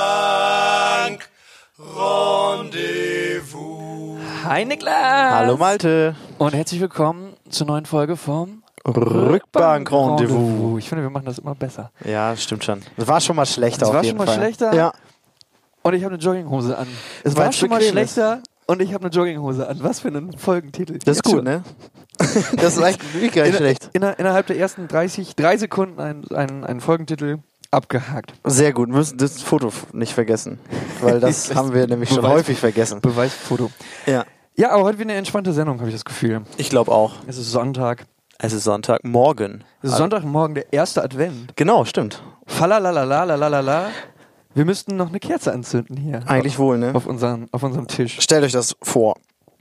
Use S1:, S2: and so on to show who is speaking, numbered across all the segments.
S1: Rückbank. Rendezvous.
S2: Hi Niklas!
S3: Hallo Malte.
S2: Und herzlich willkommen zur neuen Folge vom
S3: Rückbank-Rendezvous.
S2: Ich finde, wir machen das immer besser.
S3: Ja, stimmt schon. Es war schon mal schlechter
S2: Es
S3: auf
S2: war
S3: jeden
S2: schon mal
S3: Fall.
S2: schlechter.
S3: Ja.
S2: Und ich habe eine Jogginghose an.
S3: Es
S2: war
S3: weil's
S2: schon mal
S3: bequem ist.
S2: schlechter und ich habe eine Jogginghose an. Was für einen Folgentitel.
S3: Das ist
S2: Jetzt schon.
S3: gut, ne? Das ist echt wirklich gar nicht schlecht.
S2: Inner, innerhalb der ersten 30, drei Sekunden ein, ein, ein Folgentitel abgehakt.
S3: Sehr gut. Wir müssen das Foto f- nicht vergessen. Weil das haben wir nämlich schon
S2: Beweis-
S3: häufig vergessen.
S2: Beweisfoto.
S3: Ja.
S2: Ja, aber heute wieder eine entspannte Sendung, habe ich das Gefühl.
S3: Ich glaube auch.
S2: Es ist Sonntag.
S3: Es ist Sonntagmorgen.
S2: Es ist Sonntagmorgen, der erste Advent.
S3: Genau, stimmt.
S2: Falalalalalalalala. Wir müssten noch eine Kerze anzünden hier.
S3: Eigentlich wohl, ne?
S2: Auf, unseren, auf unserem Tisch.
S3: Stellt euch das vor.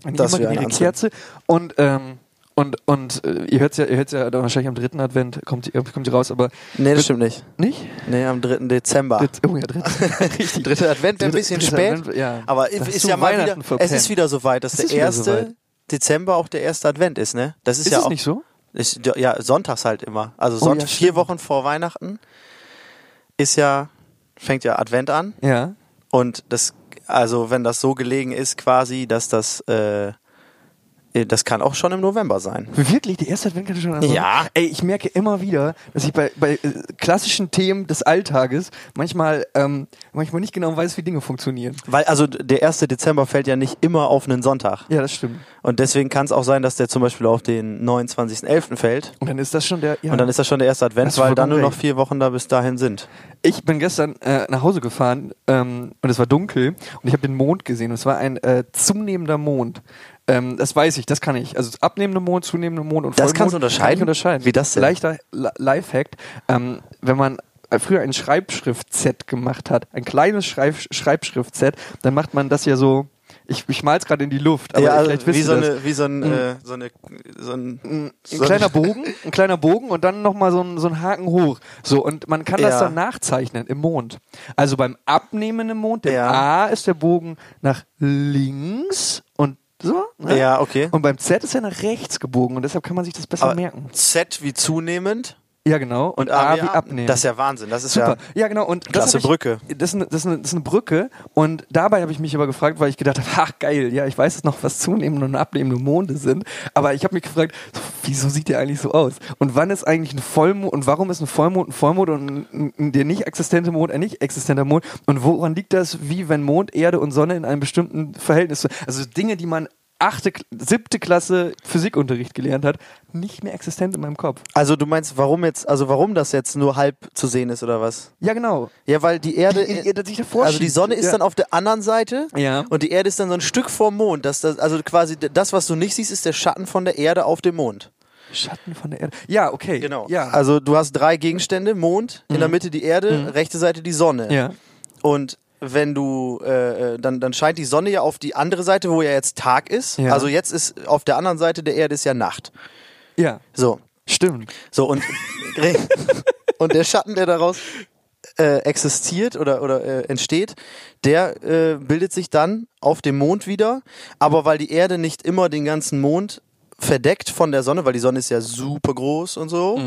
S2: Und
S3: dass
S2: jemand
S3: wir
S2: in eine
S3: eine anzünden.
S2: Kerze und ähm, und und äh, ihr hört ja, ihr hört's ja dann wahrscheinlich am dritten Advent kommt die, kommt die raus, aber
S3: Nee, das stimmt nicht.
S2: nicht?
S3: Nee, am 3. Dezember.
S2: Dritt- oh ja, dritt. Richtig.
S3: Ah. Dritter Advent, ein
S2: Dritter-
S3: bisschen
S2: dritter
S3: spät.
S2: Advent, ja.
S3: Aber
S2: Da hast
S3: ist
S2: du
S3: ja mal
S2: Weihnachten
S3: wieder,
S2: verpennt.
S3: es ist wieder soweit, dass
S2: Es ist
S3: der
S2: wieder
S3: 1.
S2: soweit.
S3: Dezember auch der erste Advent ist, ne? Das ist,
S2: ist
S3: ja
S2: es
S3: auch
S2: nicht so?
S3: Ist, ja, ja, sonntags halt immer. Also
S2: Oh,
S3: Sonnt
S2: ja,
S3: vier
S2: stimmt.
S3: Wochen vor Weihnachten ist ja, fängt ja Advent an.
S2: Ja.
S3: Und das, also wenn das so gelegen ist quasi, dass das, äh, äh, das kann auch schon im November sein.
S2: Wirklich, die erste Adventkarte schon also,
S3: Ja.
S2: Ey, ich merke immer wieder, dass ich bei, bei äh, klassischen Themen des Alltages manchmal, ähm, manchmal nicht genau weiß, wie Dinge funktionieren.
S3: Weil, also der 1. Dezember fällt ja nicht immer auf einen Sonntag.
S2: Ja, das stimmt.
S3: Und deswegen kann es auch sein, dass der zum Beispiel auf den 29.11. fällt.
S2: Und dann ist das schon der. Ja.
S3: Und dann ist das schon der erste Advent,
S2: Hast du
S3: weil dann nur
S2: vollkommen
S3: noch
S2: recht.
S3: vier Wochen da bis dahin sind.
S2: ich bin gestern äh, nach Hause gefahren ähm, und es war dunkel und ich habe den Mond gesehen. Und es war ein äh, zunehmender Mond. Ähm, das weiß ich, das kann ich. Also abnehmender Mond, zunehmender Mond und
S3: Das
S2: Vollmond
S3: kannst du unterscheiden?
S2: Kann ich unterscheiden.
S3: Wie das denn?
S2: Leichter Li- Lifehack. Ähm, wenn man äh, früher ein Schreibschrift-Set gemacht hat, ein kleines Schreib Schreibschrift-Set, dann macht man das ja so. Ich, ich mal's gerade in die Luft, aber
S3: also
S2: vielleicht wisst
S3: wie,
S2: ihr
S3: so
S2: das.
S3: eine, wie so ein,
S2: Mhm.
S3: äh, so eine, so ein,
S2: ein
S3: so ein-
S2: kleiner Bogen, ein kleiner Bogen und dann nochmal so ein, so ein Haken hoch. So, und man kann das
S3: Ja.
S2: dann nachzeichnen im Mond. Also beim Abnehmen im Mond, der
S3: Ja.
S2: A ist der Bogen nach links und so. ne?
S3: Ja, okay.
S2: Und beim Z ist er nach rechts gebogen und deshalb kann man sich das besser
S3: Aber
S2: merken.
S3: Z wie zunehmend
S2: Ja, genau. Und,
S3: und
S2: A, wie abnehmen.
S3: Das ist ja Wahnsinn. Das ist
S2: Super.
S3: ja.
S2: Ja, genau. Und das
S3: Klasse
S2: hab ich,
S3: Brücke.
S2: Das ist, eine, das, ist eine, das ist eine Brücke. Und dabei habe ich mich aber gefragt, weil ich gedacht habe, ach geil, ja, ich weiß jetzt noch, was zunehmende und abnehmende Monde sind. Aber ich habe mich gefragt, so, wieso sieht der eigentlich so aus? Und wann ist eigentlich ein Vollmond und warum ist ein Vollmond ein Vollmond und ein, ein, der nicht existente Mond ein nicht existenter Mond? Und woran liegt das, wie wenn Mond, Erde und Sonne in einem bestimmten Verhältnis sind? Also Dinge, die man achte, Kl- siebte Klasse Physikunterricht gelernt hat, nicht mehr existent in meinem Kopf.
S3: Also du meinst, warum jetzt, also warum das jetzt nur halb zu sehen ist oder was?
S2: Ja, genau.
S3: Ja, weil die Erde.
S2: Die- die- die- die sich davor
S3: also die
S2: schiebt.
S3: Sonne ist
S2: Ja.
S3: dann auf der anderen Seite
S2: Ja.
S3: und die Erde ist dann so ein Stück vorm Mond. Das, das, also quasi d- das, was du nicht siehst, ist der Schatten von der Erde auf dem Mond.
S2: Schatten von der Erde. Ja, okay. Ja.
S3: Also du hast drei Gegenstände, Mond, in der Mitte die Erde, rechte Seite die Sonne.
S2: ja.
S3: Und wenn du, äh, äh, dann, dann scheint die Sonne ja auf die andere Seite, wo ja jetzt Tag ist.
S2: Ja.
S3: Also jetzt ist auf der anderen Seite der Erde ist ja Nacht.
S2: Ja.
S3: So.
S2: Stimmt.
S3: So und, und der Schatten, der daraus äh, existiert oder, oder äh, entsteht, der äh, bildet sich dann auf dem Mond wieder. Aber weil die Erde nicht immer den ganzen Mond verdeckt von der Sonne, weil die Sonne ist ja super groß und so,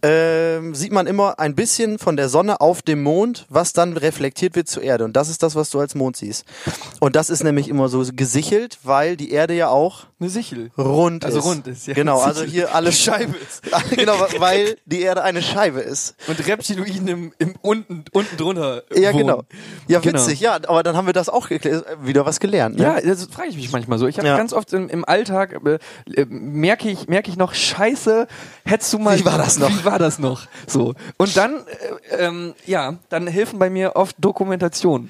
S3: ähm, sieht man immer ein bisschen von der Sonne auf dem Mond, was dann reflektiert wird zur Erde. Und das ist das, was du als Mond siehst. Und das ist nämlich immer so gesichelt, weil die Erde ja auch
S2: Eine Sichel.
S3: rund
S2: Also
S3: ist.
S2: rund ist, ja.
S3: Genau, also
S2: Sichel.
S3: hier alles
S2: Scheibe ist.
S3: genau, weil die Erde eine Scheibe ist.
S2: Und Reptiloiden im, im unten, unten drunter.
S3: Ja,
S2: wohnen.
S3: genau. Ja,
S2: Genau.
S3: witzig, ja, aber dann haben wir das auch geklärt, äh, wieder was gelernt. Ne?
S2: Ja, das frage ich mich manchmal so. Ich habe
S3: Ja.
S2: ganz oft im, im Alltag äh, äh, merke ich merke ich noch Scheiße. Hättest du mal
S3: Wie war das noch?
S2: Wie war das noch? So und dann äh, ähm, ja, dann helfen bei mir oft Dokumentationen.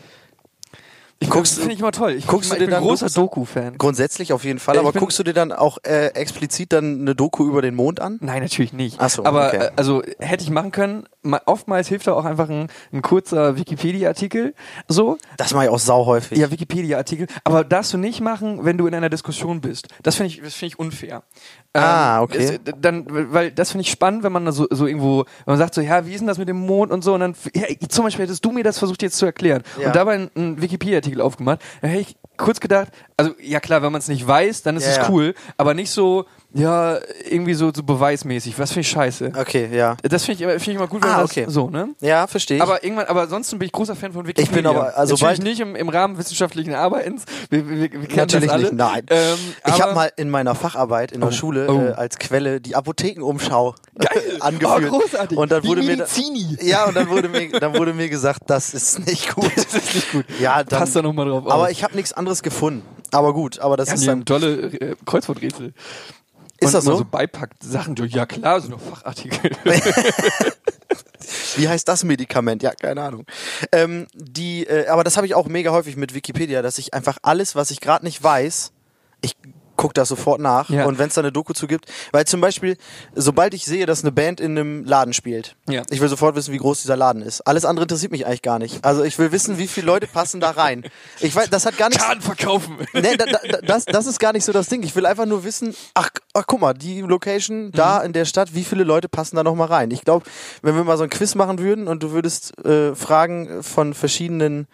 S2: Ich
S3: Guckst
S2: finde
S3: du-
S2: ich immer toll. Ich,
S3: guckst du
S2: ich
S3: dir
S2: bin
S3: dann
S2: großer
S3: Dokus-
S2: Doku-Fan.
S3: Grundsätzlich auf jeden Fall,
S2: Ja, ich
S3: aber
S2: bin-
S3: guckst du dir dann auch äh, explizit dann eine Doku über den Mond an?
S2: Nein, natürlich nicht.
S3: Ach so,
S2: Aber
S3: okay.
S2: äh, also hätte ich machen können. Ma- Oftmals hilft da auch einfach ein, ein kurzer Wikipedia-Artikel. So,
S3: Das mache ich auch sauhäufig.
S2: ja, Wikipedia-Artikel. Aber darfst du nicht machen, wenn du in einer Diskussion bist. Das finde ich, das finde ich unfair. Ähm,
S3: Ah, okay.
S2: es- d- dann, weil das finde ich spannend, wenn man da so, so irgendwo, wenn man sagt so, ja, wie ist denn das mit dem Mond und so, und dann, f- ja, ich- zum Beispiel hättest du mir das versucht jetzt zu erklären
S3: Ja.
S2: und dabei einen, einen Wikipedia-Artikel aufgemacht, dann hätte ich kurz gedacht, also ja klar, wenn man es nicht weiß, dann ist
S3: Ja,
S2: es
S3: ja.
S2: cool, aber nicht so, ja, irgendwie so, so beweismäßig. Was finde ich scheiße.
S3: Okay, ja.
S2: Das finde ich, immer- finde ich immer gut, wenn
S3: Äh. Ah,
S2: man
S3: okay.
S2: das so, ne?
S3: Ja, verstehe ich.
S2: Aber irgendwann, aber ansonsten bin ich großer Fan von Wikipedia.
S3: Ich bin aber- also
S2: Natürlich
S3: bald-
S2: nicht im, im Rahmen wissenschaftlichen Arbeitens. Wir, wir, wir kennen
S3: Natürlich
S2: das alle.
S3: nicht, nein.
S2: Ähm,
S3: ich
S2: aber-
S3: habe mal in meiner Facharbeit in der
S2: Oh,
S3: Schule
S2: oh.
S3: Äh, als Quelle die Apothekenumschau äh,
S2: Geil.
S3: angeführt.
S2: Oh, großartig.
S3: Und dann
S2: Die
S3: wurde mir da-
S2: Medizini.
S3: ja und dann wurde mir dann wurde mir gesagt, das ist nicht gut. Das ist nicht gut. Ja, dann,
S2: Passt da noch mal drauf auf.
S3: Aber ich habe nichts anderes gefunden. Aber gut, aber das
S2: Das
S3: ist
S2: ist ein
S3: dann
S2: tolle äh, Kreuzworträtsel.
S3: Ist das
S2: immer
S3: so?
S2: so beipackt Sachen durch. Ja klar, so noch Fachartikel.
S3: Wie heißt das Medikament? Ja, keine Ahnung. Ähm, die, äh, aber das habe ich auch mega häufig mit Wikipedia, dass ich einfach alles, was ich gerade nicht weiß, ich gucke das sofort nach.
S2: Ja.
S3: Und wenn es da eine Doku zu gibt, weil zum Beispiel, sobald ich sehe, dass eine Band in einem Laden spielt,
S2: Ja.
S3: ich will sofort wissen, wie groß dieser Laden ist. Alles andere interessiert mich eigentlich gar nicht. Also ich will wissen, wie viele Leute passen da rein. Ich weiß, das hat gar nichts.
S2: Karten verkaufen.
S3: Nee, da, da, da- das, das ist gar nicht so das Ding. Ich will einfach nur wissen, ach, ach guck mal, die Location
S2: Mhm.
S3: da in der Stadt, wie viele Leute passen da nochmal rein? Ich glaube, wenn wir mal so ein Quiz machen würden und du würdest äh, Fragen von verschiedenen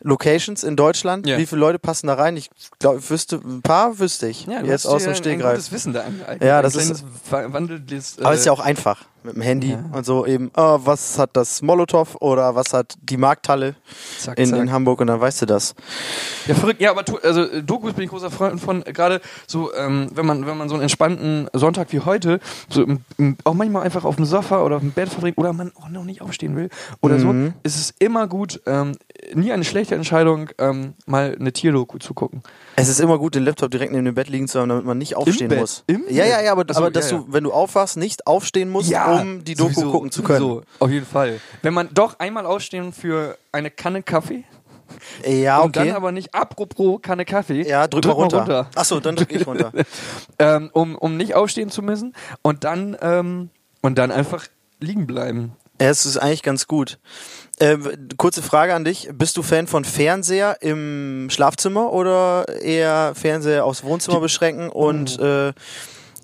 S3: Locations in Deutschland,
S2: Ja.
S3: wie viele Leute passen da rein? Ich glaube, wüsste, ein paar wüsste ich.
S2: Ja, du
S3: jetzt
S2: hast
S3: aus
S2: dir
S3: dem
S2: Ein
S3: Stegreif.
S2: gutes Wissen da angeeignet.
S3: Ja,
S2: Ein
S3: das ist-
S2: kleines wa- wandelndes. Äh,
S3: Aber ist ja auch einfach mit dem Handy und so eben, ah, was hat das Molotow oder was hat die Markthalle
S2: zack,
S3: in,
S2: zack.
S3: in Hamburg und dann weißt du das.
S2: Ja, verrückt. Ja, aber tu- also äh, Dokus bin ich großer Freund von. äh, Gerade so, ähm, wenn man wenn man so einen entspannten Sonntag wie heute, so im, im, auch manchmal einfach auf dem Sofa oder auf dem Bett verbringt oder man auch noch nicht aufstehen will oder
S3: Mhm.
S2: so, ist es immer gut, ähm, nie eine schlechte Entscheidung, ähm, mal eine Tierdoku zu gucken.
S3: Es ist immer gut, den Laptop direkt neben dem Bett liegen zu haben, damit man nicht aufstehen
S2: Bett?
S3: muss.
S2: Im
S3: ja, ja, ja, aber,
S2: Bett? Achso,
S3: aber dass
S2: ja, ja.
S3: du, wenn du aufwachst, nicht aufstehen musst, um die Doku
S2: sowieso,
S3: gucken zu können.
S2: sowieso, auf jeden Fall. Wenn man doch einmal aufstehen für eine Kanne Kaffee
S3: Ja,
S2: und dann
S3: okay.
S2: aber nicht, apropos Kanne Kaffee,
S3: Ja, drück, mal runter. Achso, dann drück ich runter.
S2: ähm, um, um nicht aufstehen zu müssen und dann, ähm, und dann einfach liegen bleiben.
S3: Ja, Es ist eigentlich ganz gut. Ähm, kurze Frage an dich. Bist du Fan von Fernseher im Schlafzimmer oder eher Fernseher aufs Wohnzimmer beschränken und äh,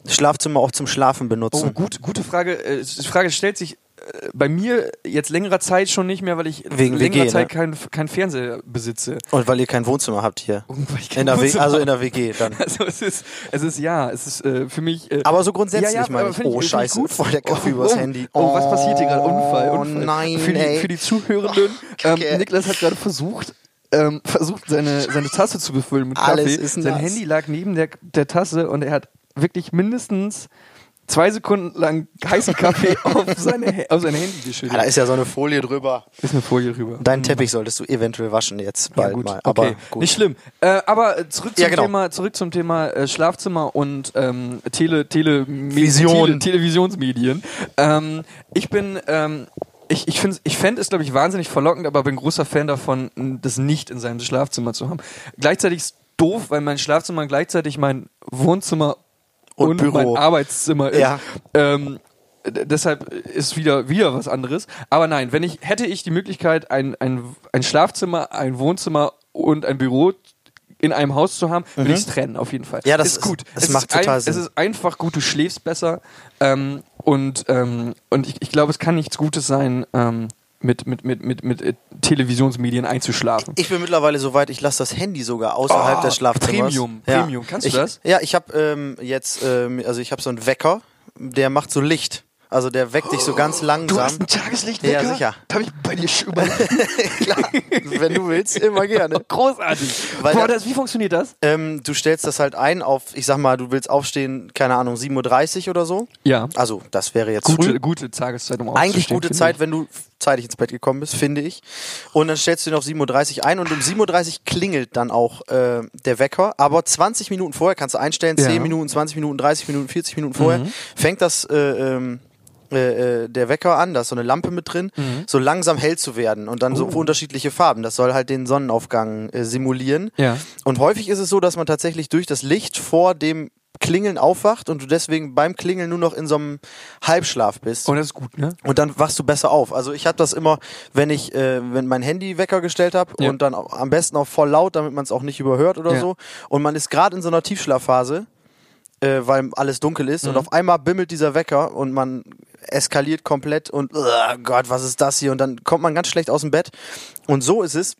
S3: Schlafzimmer auch zum Schlafen
S2: Oh,
S3: benutzen?
S2: gut, gute Frage. Äh, Die Frage stellt sich äh, bei mir jetzt längerer Zeit schon nicht mehr, weil ich
S3: Wegen
S2: längerer
S3: WG, ne?
S2: Zeit keinen kein Fernseher besitze.
S3: Und weil ihr kein Wohnzimmer habt hier.
S2: Und weil ich kein
S3: In der w
S2: Oh, Wohnzimmer
S3: also in
S2: habe.
S3: der WG dann.
S2: also es ist, es ist ja, es ist äh, für mich. Äh,
S3: Aber so grundsätzlich meine
S2: aber
S3: ich,
S2: find
S3: oh
S2: find
S3: scheiße,
S2: gut.
S3: voll der Kaffee übers
S2: oh,
S3: Handy.
S2: Oh, was passiert hier gerade? Unfall,
S3: Oh,
S2: Unfall.
S3: nein,
S2: für die,
S3: ey.
S2: Für die Zuhörenden,
S3: Kacke.
S2: ähm, Niklas hat gerade versucht, ähm, versucht seine, seine Tasse zu befüllen mit Kaffee.
S3: Alles ist
S2: Sein
S3: nass.
S2: Handy lag neben der, der Tasse und er hat wirklich mindestens zwei Sekunden lang heißen Kaffee auf, seine, auf sein Handy
S3: Ja, da
S2: geschüttet.
S3: ist ja so eine Folie drüber.
S2: Ist eine Folie rüber.
S3: Deinen Teppich solltest du eventuell waschen jetzt bald
S2: Mhm. Ja,
S3: mal. Aber
S2: okay.
S3: gut.
S2: Nicht schlimm. Äh, aber äh, zurück zum
S3: Ja, genau.
S2: Thema, zurück zum Thema äh, Schlafzimmer und ähm, Tele, Tele,
S3: Vision.
S2: Tele, Televisionsmedien. Ähm, ich bin, ähm, ich, ich, find's- ich fände es, glaube ich, wahnsinnig verlockend, aber bin großer Fan davon, n- das nicht in seinem Schlafzimmer zu haben. Gleichzeitig ist doof, weil mein Schlafzimmer gleichzeitig mein Wohnzimmer
S3: Und
S2: und,
S3: Büro.
S2: mein Arbeitszimmer ist.
S3: Ja.
S2: Ähm, d- deshalb ist wieder wieder was anderes. Aber nein, wenn ich hätte ich die Möglichkeit, ein, ein, ein Schlafzimmer, ein Wohnzimmer und ein Büro in einem Haus zu haben, würde ich es trennen auf jeden Fall.
S3: Mhm. Ja, das ist- das
S2: es
S3: macht
S2: ist
S3: total
S2: ein,
S3: Sinn.
S2: Es ist einfach gut, du schläfst besser ähm, und ähm, und ich, ich glaube, es kann nichts Gutes sein. Ähm, mit, mit, mit, mit, mit äh, Televisionsmedien einzuschlafen.
S3: Ich bin mittlerweile so weit, ich lasse das Handy sogar außerhalb
S2: Oh,
S3: des Schlafzimmers.
S2: Premium, Premium. Kannst du
S3: ich,
S2: das?
S3: Ja, ich habe ähm, jetzt, ähm, also ich habe so einen Wecker, der macht so Licht. Also der weckt dich so ganz langsam.
S2: Tageslichtwecker?
S3: Ja, sicher.
S2: Da habe ich bei dir schon überlegt.
S3: Klar, wenn du willst, immer gerne.
S2: Oh Großartig.
S3: Weil
S2: Boah,
S3: da-
S2: das, wie funktioniert das?
S3: Ähm, du stellst das halt ein auf, ich sag mal, du willst aufstehen, keine Ahnung, 7.30 Uhr oder so.
S2: Ja.
S3: Also das wäre jetzt früh.
S2: Gute, gute Tageszeit, um
S3: Eigentlich
S2: aufzustehen,
S3: gute
S2: finde
S3: Zeit, wenn du zeitig ins Bett gekommen bist, finde ich. Und dann stellst du ihn auf 7.30 Uhr ein und um 7.30 Uhr klingelt dann auch äh, der Wecker. Aber 20 Minuten vorher kannst du einstellen,
S2: Ja. Mhm.
S3: 10 Minuten, 20 Minuten, 30 Minuten, 40 Minuten vorher, fängt das äh, ähm, äh, äh, der Wecker an, da ist so eine Lampe mit drin,
S2: Mhm.
S3: so langsam hell zu werden und dann so
S2: Oh.
S3: unterschiedliche Farben. Das soll halt den Sonnenaufgang äh, simulieren.
S2: Ja.
S3: Und häufig ist es so, dass man tatsächlich durch das Licht vor dem Klingeln aufwacht und du deswegen beim Klingeln nur noch in so einem Halbschlaf bist.
S2: ich. Und das ist gut, ne?
S3: Mhm. Und dann wachst du besser auf. Also ich habe das immer, wenn ich, äh, wenn mein Handy Wecker gestellt habe
S2: Ja.
S3: und dann au- am besten auch voll laut, damit man es auch nicht überhört oder
S2: Ja.
S3: so. Und man ist gerade in so einer Tiefschlafphase, äh, weil alles dunkel ist
S2: Mhm.
S3: und auf einmal bimmelt dieser Wecker und man eskaliert komplett und "Uah, Gott, was ist das hier? Und dann kommt man ganz schlecht aus dem Bett. Und so ist es.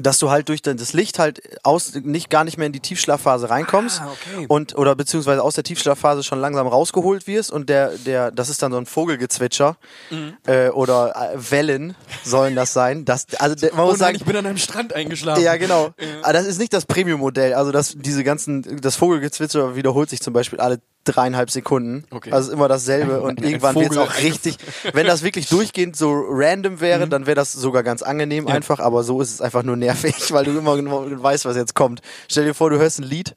S3: dass du halt durch das Licht halt aus nicht gar nicht mehr in die Tiefschlafphase reinkommst
S2: Ah, okay.
S3: und oder beziehungsweise aus der Tiefschlafphase schon langsam rausgeholt wirst und der der das ist dann so ein Vogelgezwitscher äh, oder äh, Wellen sollen das sein das also der, man
S2: Oh nein,
S3: muss sagen
S2: ich bin an einem Strand eingeschlafen.
S3: ja, genau. Aber das ist nicht das Premium-Modell. Also das, diese ganzen, das Vogelgezwitscher wiederholt sich zum Beispiel alle dreieinhalb Sekunden.
S2: Okay.
S3: Also ist immer dasselbe und
S2: ein
S3: irgendwann wird es
S2: Vogel-
S3: auch richtig. Wenn das wirklich durchgehend so random
S2: Mhm.
S3: wäre, dann wäre das sogar ganz angenehm einfach, aber so ist es einfach nur nervig, weil du immer genau weißt, was jetzt kommt. Stell dir vor, du hörst ein Lied,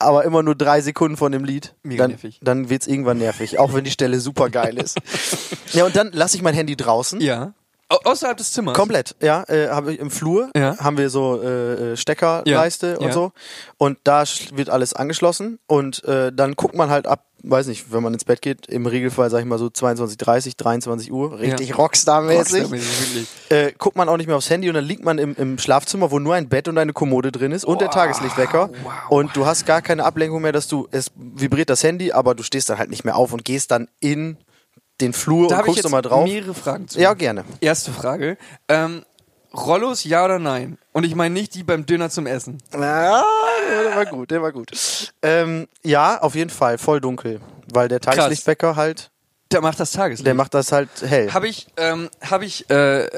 S3: aber immer nur drei Sekunden von dem Lied.
S2: Mega
S3: dann,
S2: nervig.
S3: Dann wird's irgendwann nervig, auch wenn die Stelle super geil ist. ja, und dann lasse ich mein Handy draußen.
S2: Ja. Au außerhalb des Zimmers.
S3: Komplett, ja. Äh, hab ich Im Flur
S2: Ja.
S3: haben wir so äh, äh, Steckerleiste
S2: Ja,
S3: und
S2: ja.
S3: so. Und da sch- wird alles angeschlossen. Und äh, dann guckt man halt ab, weiß nicht, wenn man ins Bett geht, im Regelfall, sag ich mal so 22, 30, 23 Uhr, richtig
S2: Ja.
S3: Rockstar-mäßig.
S2: Rockstar-mäßig, wirklich.
S3: äh, guckt man auch nicht mehr aufs Handy und dann liegt man im, im Schlafzimmer, wo nur ein Bett und eine Kommode drin ist und der Tageslichtwecker. Und du hast gar keine Ablenkung mehr, dass du, es vibriert das Handy, aber du stehst dann halt nicht mehr auf und gehst dann in den Flur
S2: Da
S3: und
S2: habe ich
S3: Oh, guckst
S2: jetzt
S3: nochmal drauf.
S2: mehrere Fragen zu.
S3: Ja, gerne.
S2: Erste Frage. Ähm, Rollos, ja oder nein? Und ich meine nicht die beim Döner zum Essen.
S3: Ja, der war gut, der war gut. Ähm, ja, auf jeden Fall, voll dunkel. Weil der Tageslichtwecker halt,
S2: Der macht das Tageslicht.
S3: der macht das halt hell.
S2: Habe ich, ähm, hab ich äh,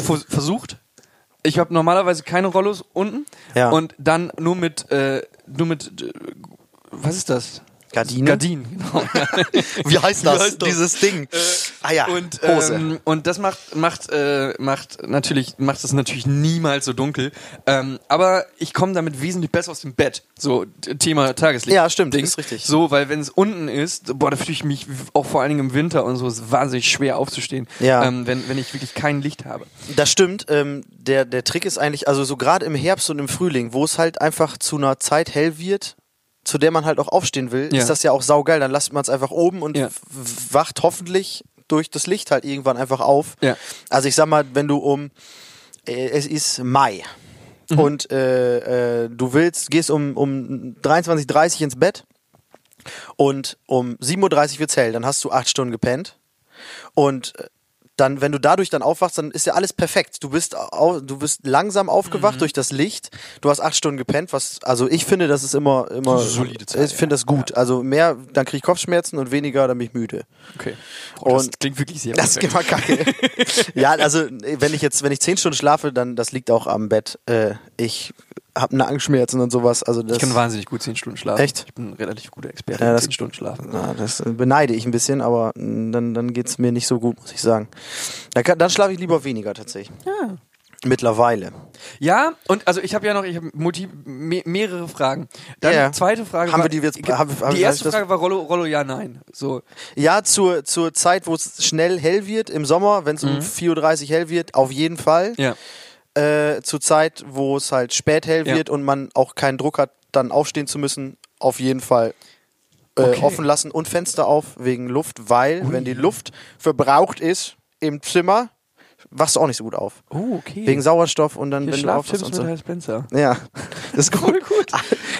S2: vers- versucht. Ich habe normalerweise keine Rollos unten
S3: Ja.
S2: und dann nur mit, äh, nur mit, äh, was ist das?
S3: Gardine?
S2: Gardinen, genau.
S3: Wie heißt
S2: Wie heißt das?
S3: Ding. ah ja,
S2: Äh, Und,
S3: Hose.
S2: ähm, und das macht, macht, äh, macht natürlich, macht es natürlich niemals so dunkel. Ähm, aber ich komme damit wesentlich besser aus dem Bett. So, t- Thema Tageslicht.
S3: Ja, stimmt,
S2: Ding.
S3: ist richtig.
S2: So, weil wenn es unten ist, boah, da fühle ich mich w- auch vor allen Dingen im Winter und so, ist wahnsinnig schwer aufzustehen.
S3: Ja.
S2: Ähm, wenn, wenn ich wirklich kein Licht habe.
S3: Das stimmt. Ähm, der, der Trick ist eigentlich, also so gerade im Herbst und im Frühling, wo es halt einfach zu einer Zeit hell wird, zu der man halt auch aufstehen will,
S2: Ja.
S3: ist das ja auch saugeil. Dann lasst man es einfach oben und
S2: Ja.
S3: w- wacht hoffentlich durch das Licht halt irgendwann einfach auf.
S2: Ja.
S3: Also ich sag mal, wenn du um, äh, es ist Mai
S2: Mhm.
S3: und äh, äh, du willst, gehst um, um 23.30 Uhr ins Bett und um 7.30 Uhr wird's hell, dann hast du acht Stunden gepennt. Und äh, dann, wenn du dadurch dann aufwachst, dann ist ja alles perfekt. Du bist, au, du bist langsam aufgewacht durch das Licht. Du hast acht Stunden gepennt, was, also ich finde, das ist immer, immer,
S2: Solide Zeit,
S3: ich finde das gut. Also mehr, dann kriege ich Kopfschmerzen und weniger, dann bin ich müde.
S2: Okay. Oh,
S3: Und-
S2: das klingt wirklich sehr
S3: Das ist
S2: perfekt.
S3: immer kacke. ja, also wenn ich jetzt, wenn ich zehn Stunden schlafe, dann das liegt auch am Bett. Äh, ich habe Nackenschmerzen und sowas. Also das,
S2: Ich kann wahnsinnig gut 10 Stunden schlafen.
S3: Echt?
S2: Ich bin ein relativ guter Experte
S3: Ja,
S2: in
S3: das-
S2: 10 Stunden schlafen.
S3: na, das äh, beneide ich ein bisschen, aber mm, dann, dann geht's mir nicht so gut, muss ich sagen. Da kann, dann schlafe ich lieber weniger tatsächlich.
S2: Ah.
S3: Mittlerweile.
S2: Ja, und also ich habe ja noch ich hab multi, me mehrere Fragen. Dann
S3: Ja, ja.
S2: zweite Frage
S3: Haben
S2: war,
S3: wir die jetzt- haben- haben-
S2: die
S3: hab ich
S2: erste
S3: das-
S2: Frage war Rollo, Rollo ja, nein. So.
S3: Ja, zur, zur Zeit, wo es schnell hell wird, im Sommer, wenn es um 4.30 Uhr hell wird, auf jeden Fall.
S2: Mhm. Ja.
S3: Äh, zur Zeit, wo es halt spät hell
S2: Ja.
S3: wird und man auch keinen Druck hat, dann aufstehen zu müssen, auf jeden Fall äh,
S2: Okay.
S3: offen lassen und Fenster auf wegen Luft, weil wenn die Luft verbraucht ist im Zimmer, wachst du auch nicht so gut auf.
S2: Oh, okay.
S3: Wegen Sauerstoff und dann,
S2: Hier
S3: wenn du aufwachst
S2: Schlaftipps
S3: und
S2: mit
S3: so.
S2: Herr Spencer.
S3: Ja, das ist
S2: Voll
S3: gut.
S2: gut.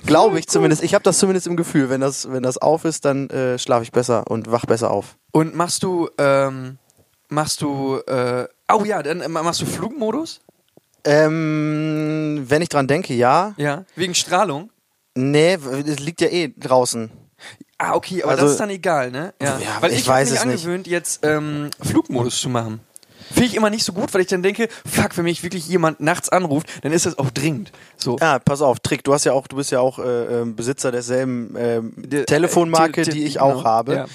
S3: Glaube ich zumindest. Ich habe das zumindest im Gefühl. Wenn das, wenn das auf ist, dann äh, schlafe ich besser und wach besser auf.
S2: Und machst du, ähm, machst du, äh, oh ja, dann äh, machst du Flugmodus?
S3: Ähm, wenn ich dran denke, ja.
S2: Ja. Wegen Strahlung?
S3: Nee, w- es liegt ja eh draußen.
S2: Ah, okay, aber
S3: Also-
S2: das ist dann egal, ne?
S3: Ja,
S2: weil
S3: ich
S2: ich,
S3: weiß
S2: mich
S3: es nicht.
S2: angewöhnt, jetzt ähm, Flugmodus zu machen. Finde ich immer nicht so gut, weil ich dann denke, fuck, wenn mich wirklich jemand nachts anruft, dann ist das auch dringend. So.
S3: Ah, pass auf, Trick, du hast ja auch, du bist ja auch äh, ähm, Besitzer derselben ähm,
S2: Der-
S3: Telefonmarke,
S2: äh, te- te-
S3: die ich auch
S2: genau,
S3: habe.
S2: ja.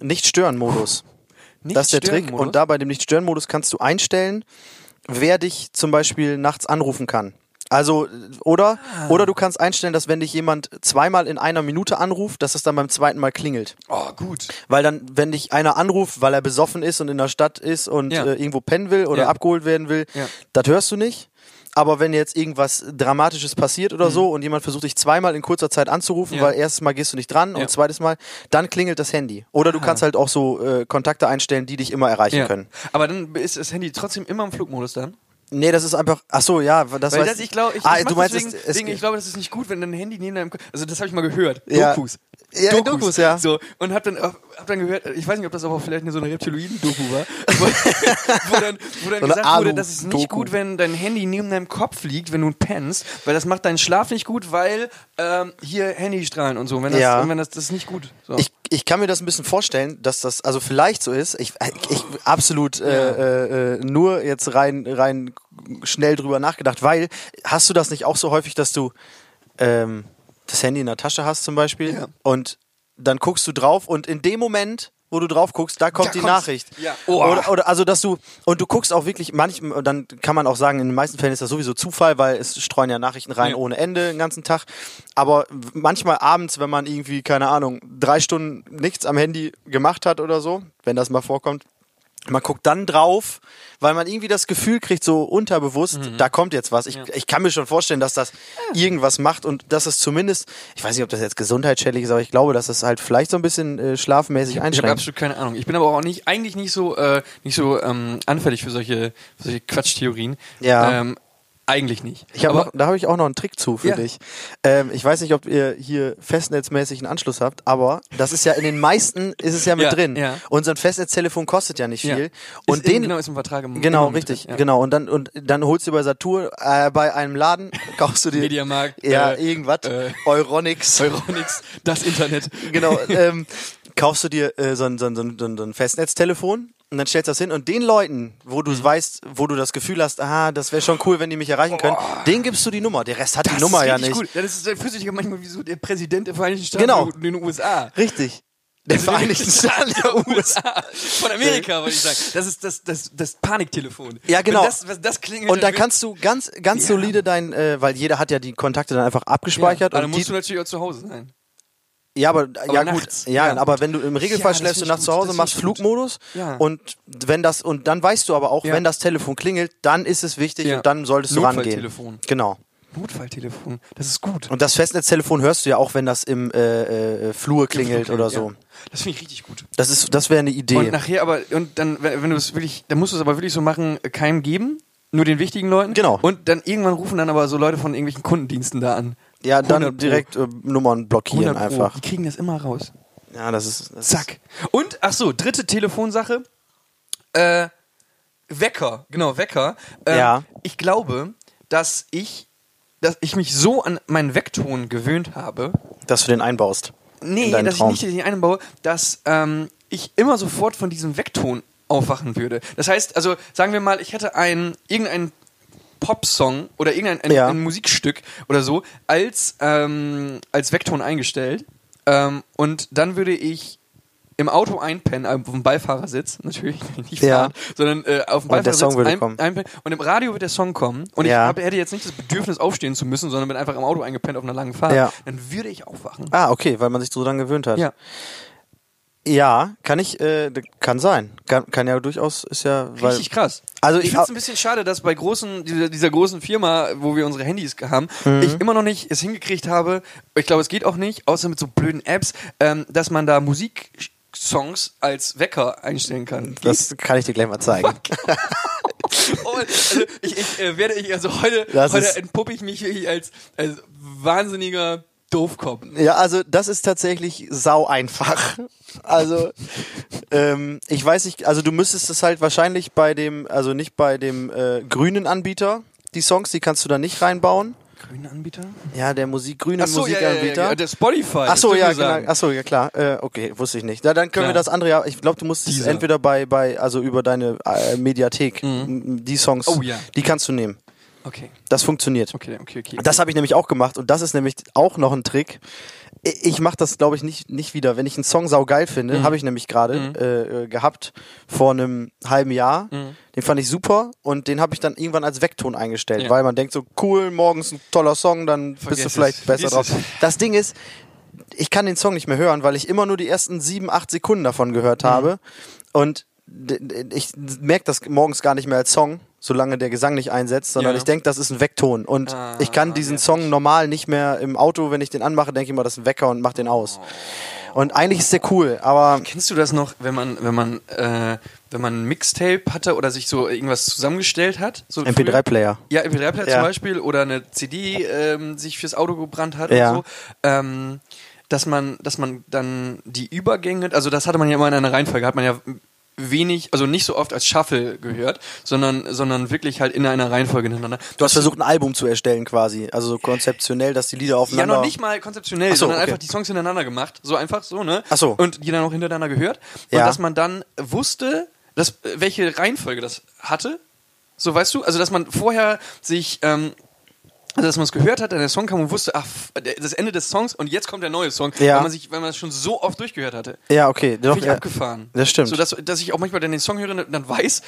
S3: Nicht stören Modus. das ist der Trick.
S2: Nicht-Stören-Modus?
S3: Und da bei dem Nicht stören Modus kannst du einstellen, wer dich zum Beispiel nachts anrufen kann. Also äh, oder oder du kannst einstellen, dass wenn dich jemand zweimal in einer Minute anruft, dass es dann beim zweiten Mal klingelt.
S2: Oh, gut.
S3: Weil dann, wenn dich einer anruft, weil er besoffen ist und in der Stadt ist und
S2: Ja.
S3: äh, irgendwo pennen will oder
S2: Ja.
S3: abgeholt werden will,
S2: Ja.
S3: das hörst du nicht. Aber wenn jetzt irgendwas Dramatisches passiert oder so und jemand versucht dich zweimal in kurzer Zeit anzurufen,
S2: Mhm. Ja.
S3: weil erstes Mal gehst du nicht dran
S2: Ja. Ah.
S3: und zweites Mal, dann klingelt das Handy. Oder du kannst halt auch so äh, Kontakte einstellen, die dich immer erreichen
S2: Ja.
S3: können.
S2: Aber dann ist das Handy trotzdem immer im Flugmodus dann?
S3: Nee, das ist einfach. Ach so, ja, das
S2: Weil
S3: weiß
S2: das, ich glaube, ich,
S3: ah,
S2: ich mach
S3: du meinst,
S2: deswegen,
S3: es, es,
S2: deswegen, ich glaube, das ist nicht gut, wenn dein Handy neben deinem Ko- Also das habe ich mal gehört.
S3: Ja.
S2: Dokus.
S3: Ja,
S2: Dokus,
S3: Dokus, ja.
S2: So, und hab dann, hab dann gehört, ich weiß nicht, ob das aber vielleicht eine so eine Reptiloiden-Doku war, wo, wo dann, wo dann
S3: So eine
S2: gesagt wurde, das ist
S3: Alu-Doku.
S2: nicht gut, wenn dein Handy neben deinem Kopf liegt, wenn du pennst, weil das macht deinen Schlaf nicht gut, weil ähm, hier Handystrahlen und so. Wenn das,
S3: Ja.
S2: und wenn das, das ist nicht gut. So.
S3: Ich, ich kann mir das ein bisschen vorstellen, dass das also vielleicht so ist. Ich, äh, ich absolut äh, äh, äh, nur jetzt rein rein schnell drüber nachgedacht, weil hast du das nicht auch so häufig, dass du ähm, das Handy in der Tasche hast zum Beispiel
S2: Ja.
S3: und dann guckst du drauf und in dem Moment wo du drauf guckst, da kommt
S2: Da
S3: die
S2: kommt's.
S3: Nachricht.
S2: Ja. Oh, Oha.
S3: Oder, oder also dass du und du guckst auch wirklich manchmal dann kann man auch sagen, in den meisten Fällen ist das sowieso Zufall, weil es streuen ja Nachrichten rein
S2: Ja.
S3: ohne Ende den ganzen Tag. Aber w- manchmal abends, wenn man irgendwie keine Ahnung drei Stunden nichts am Handy gemacht hat oder so, wenn das mal vorkommt, man guckt dann drauf, weil man irgendwie das Gefühl kriegt, so unterbewusst,
S2: Mhm.
S3: da kommt jetzt was. Ich, ich kann mir schon vorstellen, dass das irgendwas macht und dass es zumindest, ich weiß nicht, ob das jetzt gesundheitsschädlich ist, aber ich glaube, dass es halt vielleicht so ein bisschen äh, schlafmäßig
S2: Ich habe
S3: einschränkt.
S2: absolut keine Ahnung. Ich bin aber auch nicht, eigentlich nicht so, äh, nicht so ähm, anfällig für solche, für solche Quatschtheorien.
S3: Ja.
S2: Ähm, eigentlich nicht.
S3: Ich hab
S2: Aber-
S3: noch, da habe ich auch noch einen Trick zu für
S2: Ja.
S3: dich. Ähm, ich weiß nicht, ob ihr hier festnetzmäßig einen Anschluss habt, aber das ist ja in den meisten ist es ja mit
S2: Ja,
S3: drin.
S2: ja.
S3: Und so ein Festnetztelefon kostet ja nicht
S2: Ja.
S3: viel.
S2: Ist
S3: Und
S2: in-
S3: den
S2: genau, ist im Vertrag im
S3: Genau,
S2: immer mit
S3: richtig,
S2: drin, ja.
S3: genau. Und dann und dann holst du bei Satur äh, bei einem Laden kaufst du dir
S2: Mediamarkt,
S3: ja
S2: äh,
S3: irgendwas,
S2: äh,
S3: Euronics,
S2: Euronics, das Internet.
S3: genau. Ähm, kaufst du dir äh, so, ein, so, ein, so, ein, so ein- so ein Festnetztelefon und dann stellst du das hin und den Leuten, wo
S2: Mhm.
S3: du weißt, wo du das Gefühl hast, ah, das wäre schon cool, wenn die mich erreichen können, den gibst du die Nummer. Der Rest hat die Nummer ja nicht.
S2: richtig Cool. Ja, das ist, der fühlt sich ja manchmal wie so der Präsident der Vereinigten Staaten
S3: Genau.
S2: in den USA.
S3: Richtig. Der
S2: Also
S3: Vereinigten Staaten der USA.
S2: Von Amerika, würde ich sagen. Das ist das, das, das Paniktelefon.
S3: Ja, genau.
S2: Wenn Das, was das klingelt,
S3: Und dann
S2: wird-
S3: kannst du ganz, ganz
S2: Ja.
S3: solide dein, äh, weil jeder hat ja die Kontakte dann einfach abgespeichert.
S2: Aber
S3: Ja,
S2: dann
S3: und
S2: musst
S3: die,
S2: du natürlich auch zu Hause sein.
S3: ja aber, ja gut,
S2: nachts.
S3: ja,
S2: Ja.
S3: aber wenn du im
S2: Ja,
S3: Regelfall
S2: das
S3: schläfst
S2: find
S3: du
S2: ich
S3: nachts zu
S2: gut,
S3: Hause,
S2: das
S3: machst
S2: find ich gut.
S3: Flugmodus
S2: Ja.
S3: und wenn das und dann weißt du aber auch,
S2: Ja.
S3: wenn das Telefon klingelt, dann ist es wichtig
S2: Ja.
S3: und dann solltest du rangehen.
S2: Notfalltelefon.
S3: Genau.
S2: Notfalltelefon. Das ist gut.
S3: Und das Festnetztelefon hörst du ja auch, wenn das im äh, äh, Flur klingelt oder so.
S2: Ja. Das finde ich richtig gut.
S3: Das ist, das wäre eine Idee.
S2: Und nachher aber, und dann, wenn wenn du es wirklich, dann musst du es aber wirklich so machen, äh, keinem geben, nur den wichtigen Leuten.
S3: Genau.
S2: Und dann irgendwann rufen dann aber so Leute von irgendwelchen Kundendiensten da an.
S3: Ja,
S2: 100
S3: dann
S2: Pro.
S3: direkt äh, Nummern blockieren
S2: 100 Pro.
S3: einfach.
S2: Die kriegen das immer raus.
S3: Ja, das ist. Das Ist,
S2: Zack. Und, ach so, dritte Telefonsache. Äh, Wecker, genau, Wecker. Ähm,
S3: Ja.
S2: Ich glaube, dass ich, dass ich mich so an meinen Weckton gewöhnt habe,
S3: dass du den einbaust.
S2: nee,
S3: in deinen
S2: dass
S3: Traum.
S2: ich nicht den einbaue, dass ähm, ich immer sofort von diesem Weckton aufwachen würde. Das heißt, also sagen wir mal, ich hätte einen, irgendeinen Popsong oder irgendein ein,
S3: Ja.
S2: ein Musikstück oder so als, ähm, als Weckton eingestellt ähm, und dann würde ich im Auto einpennen, auf dem Beifahrersitz, natürlich nicht
S3: Ja.
S2: fahren, sondern äh, auf dem
S3: Und der
S2: Beifahrersitz
S3: Song würde
S2: ein-
S3: kommen.
S2: einpennen und im Radio wird der Song kommen und
S3: Ja.
S2: ich hab, hätte jetzt nicht das Bedürfnis aufstehen zu müssen, sondern bin einfach im Auto eingepennt auf einer langen Fahrt,
S3: Ja.
S2: dann würde ich aufwachen.
S3: Ah, okay, weil man sich so dran gewöhnt hat. Ja, kann ich, äh, d- kann sein. Kann, kann ja durchaus, ist ja, weil.
S2: Richtig krass.
S3: Also
S2: ich,
S3: ich
S2: finde es
S3: au-
S2: ein bisschen schade, dass bei großen, dieser, dieser großen Firma, wo wir unsere Handys haben,
S3: Mhm.
S2: ich immer noch nicht es hingekriegt habe, ich glaube, es geht auch nicht, außer mit so blöden Apps, ähm, dass man da Musiksongs als Wecker einstellen kann.
S3: Das kann ich dir gleich mal zeigen.
S2: Oh, also ich, ich äh, werde ich also heute,
S3: Das
S2: heute
S3: ist-
S2: entpuppe ich mich wirklich als, als wahnsinniger Doofkopf.
S3: Ja, also das ist tatsächlich sau einfach. Also ähm, ich weiß nicht, also du müsstest es halt wahrscheinlich bei dem, also nicht bei dem äh, grünen Anbieter, die Songs, die kannst du da nicht reinbauen.
S2: Grünen Anbieter?
S3: Ja, der Musik, grüne
S2: Achso, ja, ja, ja,
S3: Musikanbieter.
S2: ja, der Spotify.
S3: Ach so,
S2: das dürfen
S3: ja,
S2: wir sagen.
S3: genau. Ach so, ja klar. Äh, okay, wusste ich nicht. Na, dann können
S2: Klar.
S3: wir das andere ja, ich glaube, du musst es
S2: Dieser. Mhm.
S3: entweder bei, bei, also über deine äh, Mediathek, m- die Songs,
S2: Oh, ja.
S3: die kannst du nehmen.
S2: Okay,
S3: Das funktioniert.
S2: okay, okay, okay.
S3: Das habe ich nämlich auch gemacht und das ist nämlich auch noch ein Trick. I- Ich mache das, glaube ich, nicht, nicht wieder. Wenn ich einen Song saugeil
S2: Mhm.
S3: finde, habe ich nämlich gerade äh, äh, gehabt vor einem halben Jahr.
S2: Mhm.
S3: Den fand ich super und den habe ich dann irgendwann als Weckton eingestellt,
S2: Ja.
S3: weil man denkt so, cool, morgens ein toller Song, dann
S2: Vergiss
S3: bist du
S2: es.
S3: vielleicht besser
S2: Vergiss
S3: drauf.
S2: es.
S3: Das Ding ist, ich kann den Song nicht mehr hören, weil ich immer nur die ersten sieben, acht Sekunden davon gehört
S2: Mhm.
S3: habe. Und d- d- ich merke das morgens gar nicht mehr als Song, solange der Gesang nicht einsetzt, sondern
S2: Ja.
S3: ich denke, das ist ein Weckton. Und
S2: Ah,
S3: ich kann diesen
S2: ja,
S3: Song normal nicht mehr im Auto, wenn ich den anmache, denke ich immer, das ist ein Wecker und mach den aus. Und eigentlich ist der cool, aber
S2: Kennst du das noch, wenn man, wenn man, äh, wenn man ein Mixtape hatte oder sich so irgendwas zusammengestellt hat? So früher?
S3: MP3-Player.
S2: Ja, MP3-Player
S3: Ja.
S2: zum Beispiel oder eine CD ähm, sich fürs Auto gebrannt hat
S3: Ja.
S2: und so. Ähm, dass man, dass man dann die Übergänge, also das hatte man ja immer in einer Reihenfolge, hat man ja wenig, also nicht so oft als Shuffle gehört, sondern, sondern wirklich halt in einer Reihenfolge hintereinander.
S3: Du hast versucht, ein Album zu erstellen quasi. Also so konzeptionell, dass die Lieder
S2: Ja,
S3: aufeinander.
S2: noch nicht mal konzeptionell,
S3: Ach so,
S2: sondern
S3: okay.
S2: einfach die Songs hintereinander gemacht. So einfach, so, ne?
S3: Ach so.
S2: Und die dann auch hintereinander gehört. Und
S3: Ja.
S2: dass man dann wusste, dass, äh, welche Reihenfolge das hatte. So, weißt du? Also, dass man vorher sich, ähm, also, dass man es gehört hat, dann der Song kam und wusste, ach, f- der- das Ende des Songs und jetzt kommt der neue Song.
S3: Ja.
S2: Weil man sich, weil man es schon so oft durchgehört hatte.
S3: Ja, okay. Doch,
S2: Bin ich
S3: ja.
S2: abgefahren.
S3: Das stimmt.
S2: So, dass, dass ich auch manchmal dann den Song höre und dann weiß,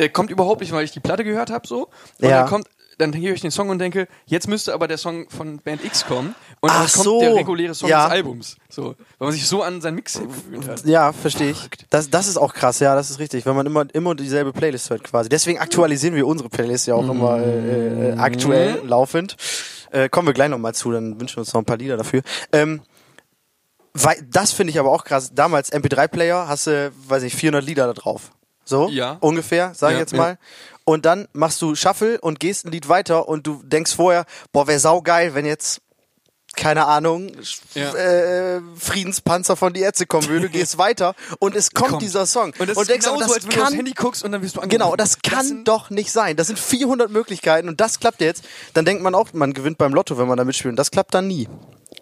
S2: der kommt überhaupt nicht, weil ich die Platte gehört habe so. Und
S3: Ja.
S2: dann kommt, dann höre ich den Song und denke, jetzt müsste aber der Song von Band X kommen. Und
S3: Ach
S2: dann kommt
S3: so.
S2: der reguläre Song
S3: Ja.
S2: des Albums. So, weil man sich so an seinen Mix gewöhnt hat.
S3: Ja, verstehe ich. Das, das ist auch krass, ja, das ist richtig, wenn man immer, immer dieselbe Playlist hört quasi. Deswegen aktualisieren wir unsere Playlist ja auch immer äh, äh, aktuell
S2: Mhm.
S3: laufend. Äh, kommen wir gleich nochmal zu, dann wünschen wir uns noch ein paar Lieder dafür. Ähm, weil, das finde ich aber auch krass. Damals MP3-Player hast du, weiß nicht, 400 Lieder da drauf. So?
S2: Ja.
S3: Ungefähr, sage ich
S2: Ja,
S3: jetzt
S2: ja.
S3: mal. Und dann machst du Shuffle und gehst ein Lied weiter und du denkst vorher, boah, wäre saugeil, wenn jetzt keine Ahnung, Sch-
S2: Ja.
S3: äh, Friedenspanzer von die Ärzte kommen würde, gehst weiter und es kommt,
S2: Kommt.
S3: dieser Song.
S2: Und das ist
S3: denkst, aber
S2: genauso, als wenn du aufs
S3: kann,
S2: Handy guckst und dann wirst du angerufen.
S3: genau, das kann
S2: sind-
S3: doch nicht sein. Das sind 400 Möglichkeiten und das klappt jetzt. Dann denkt man auch, man gewinnt beim Lotto, wenn man da mitspielt. Und das klappt dann nie.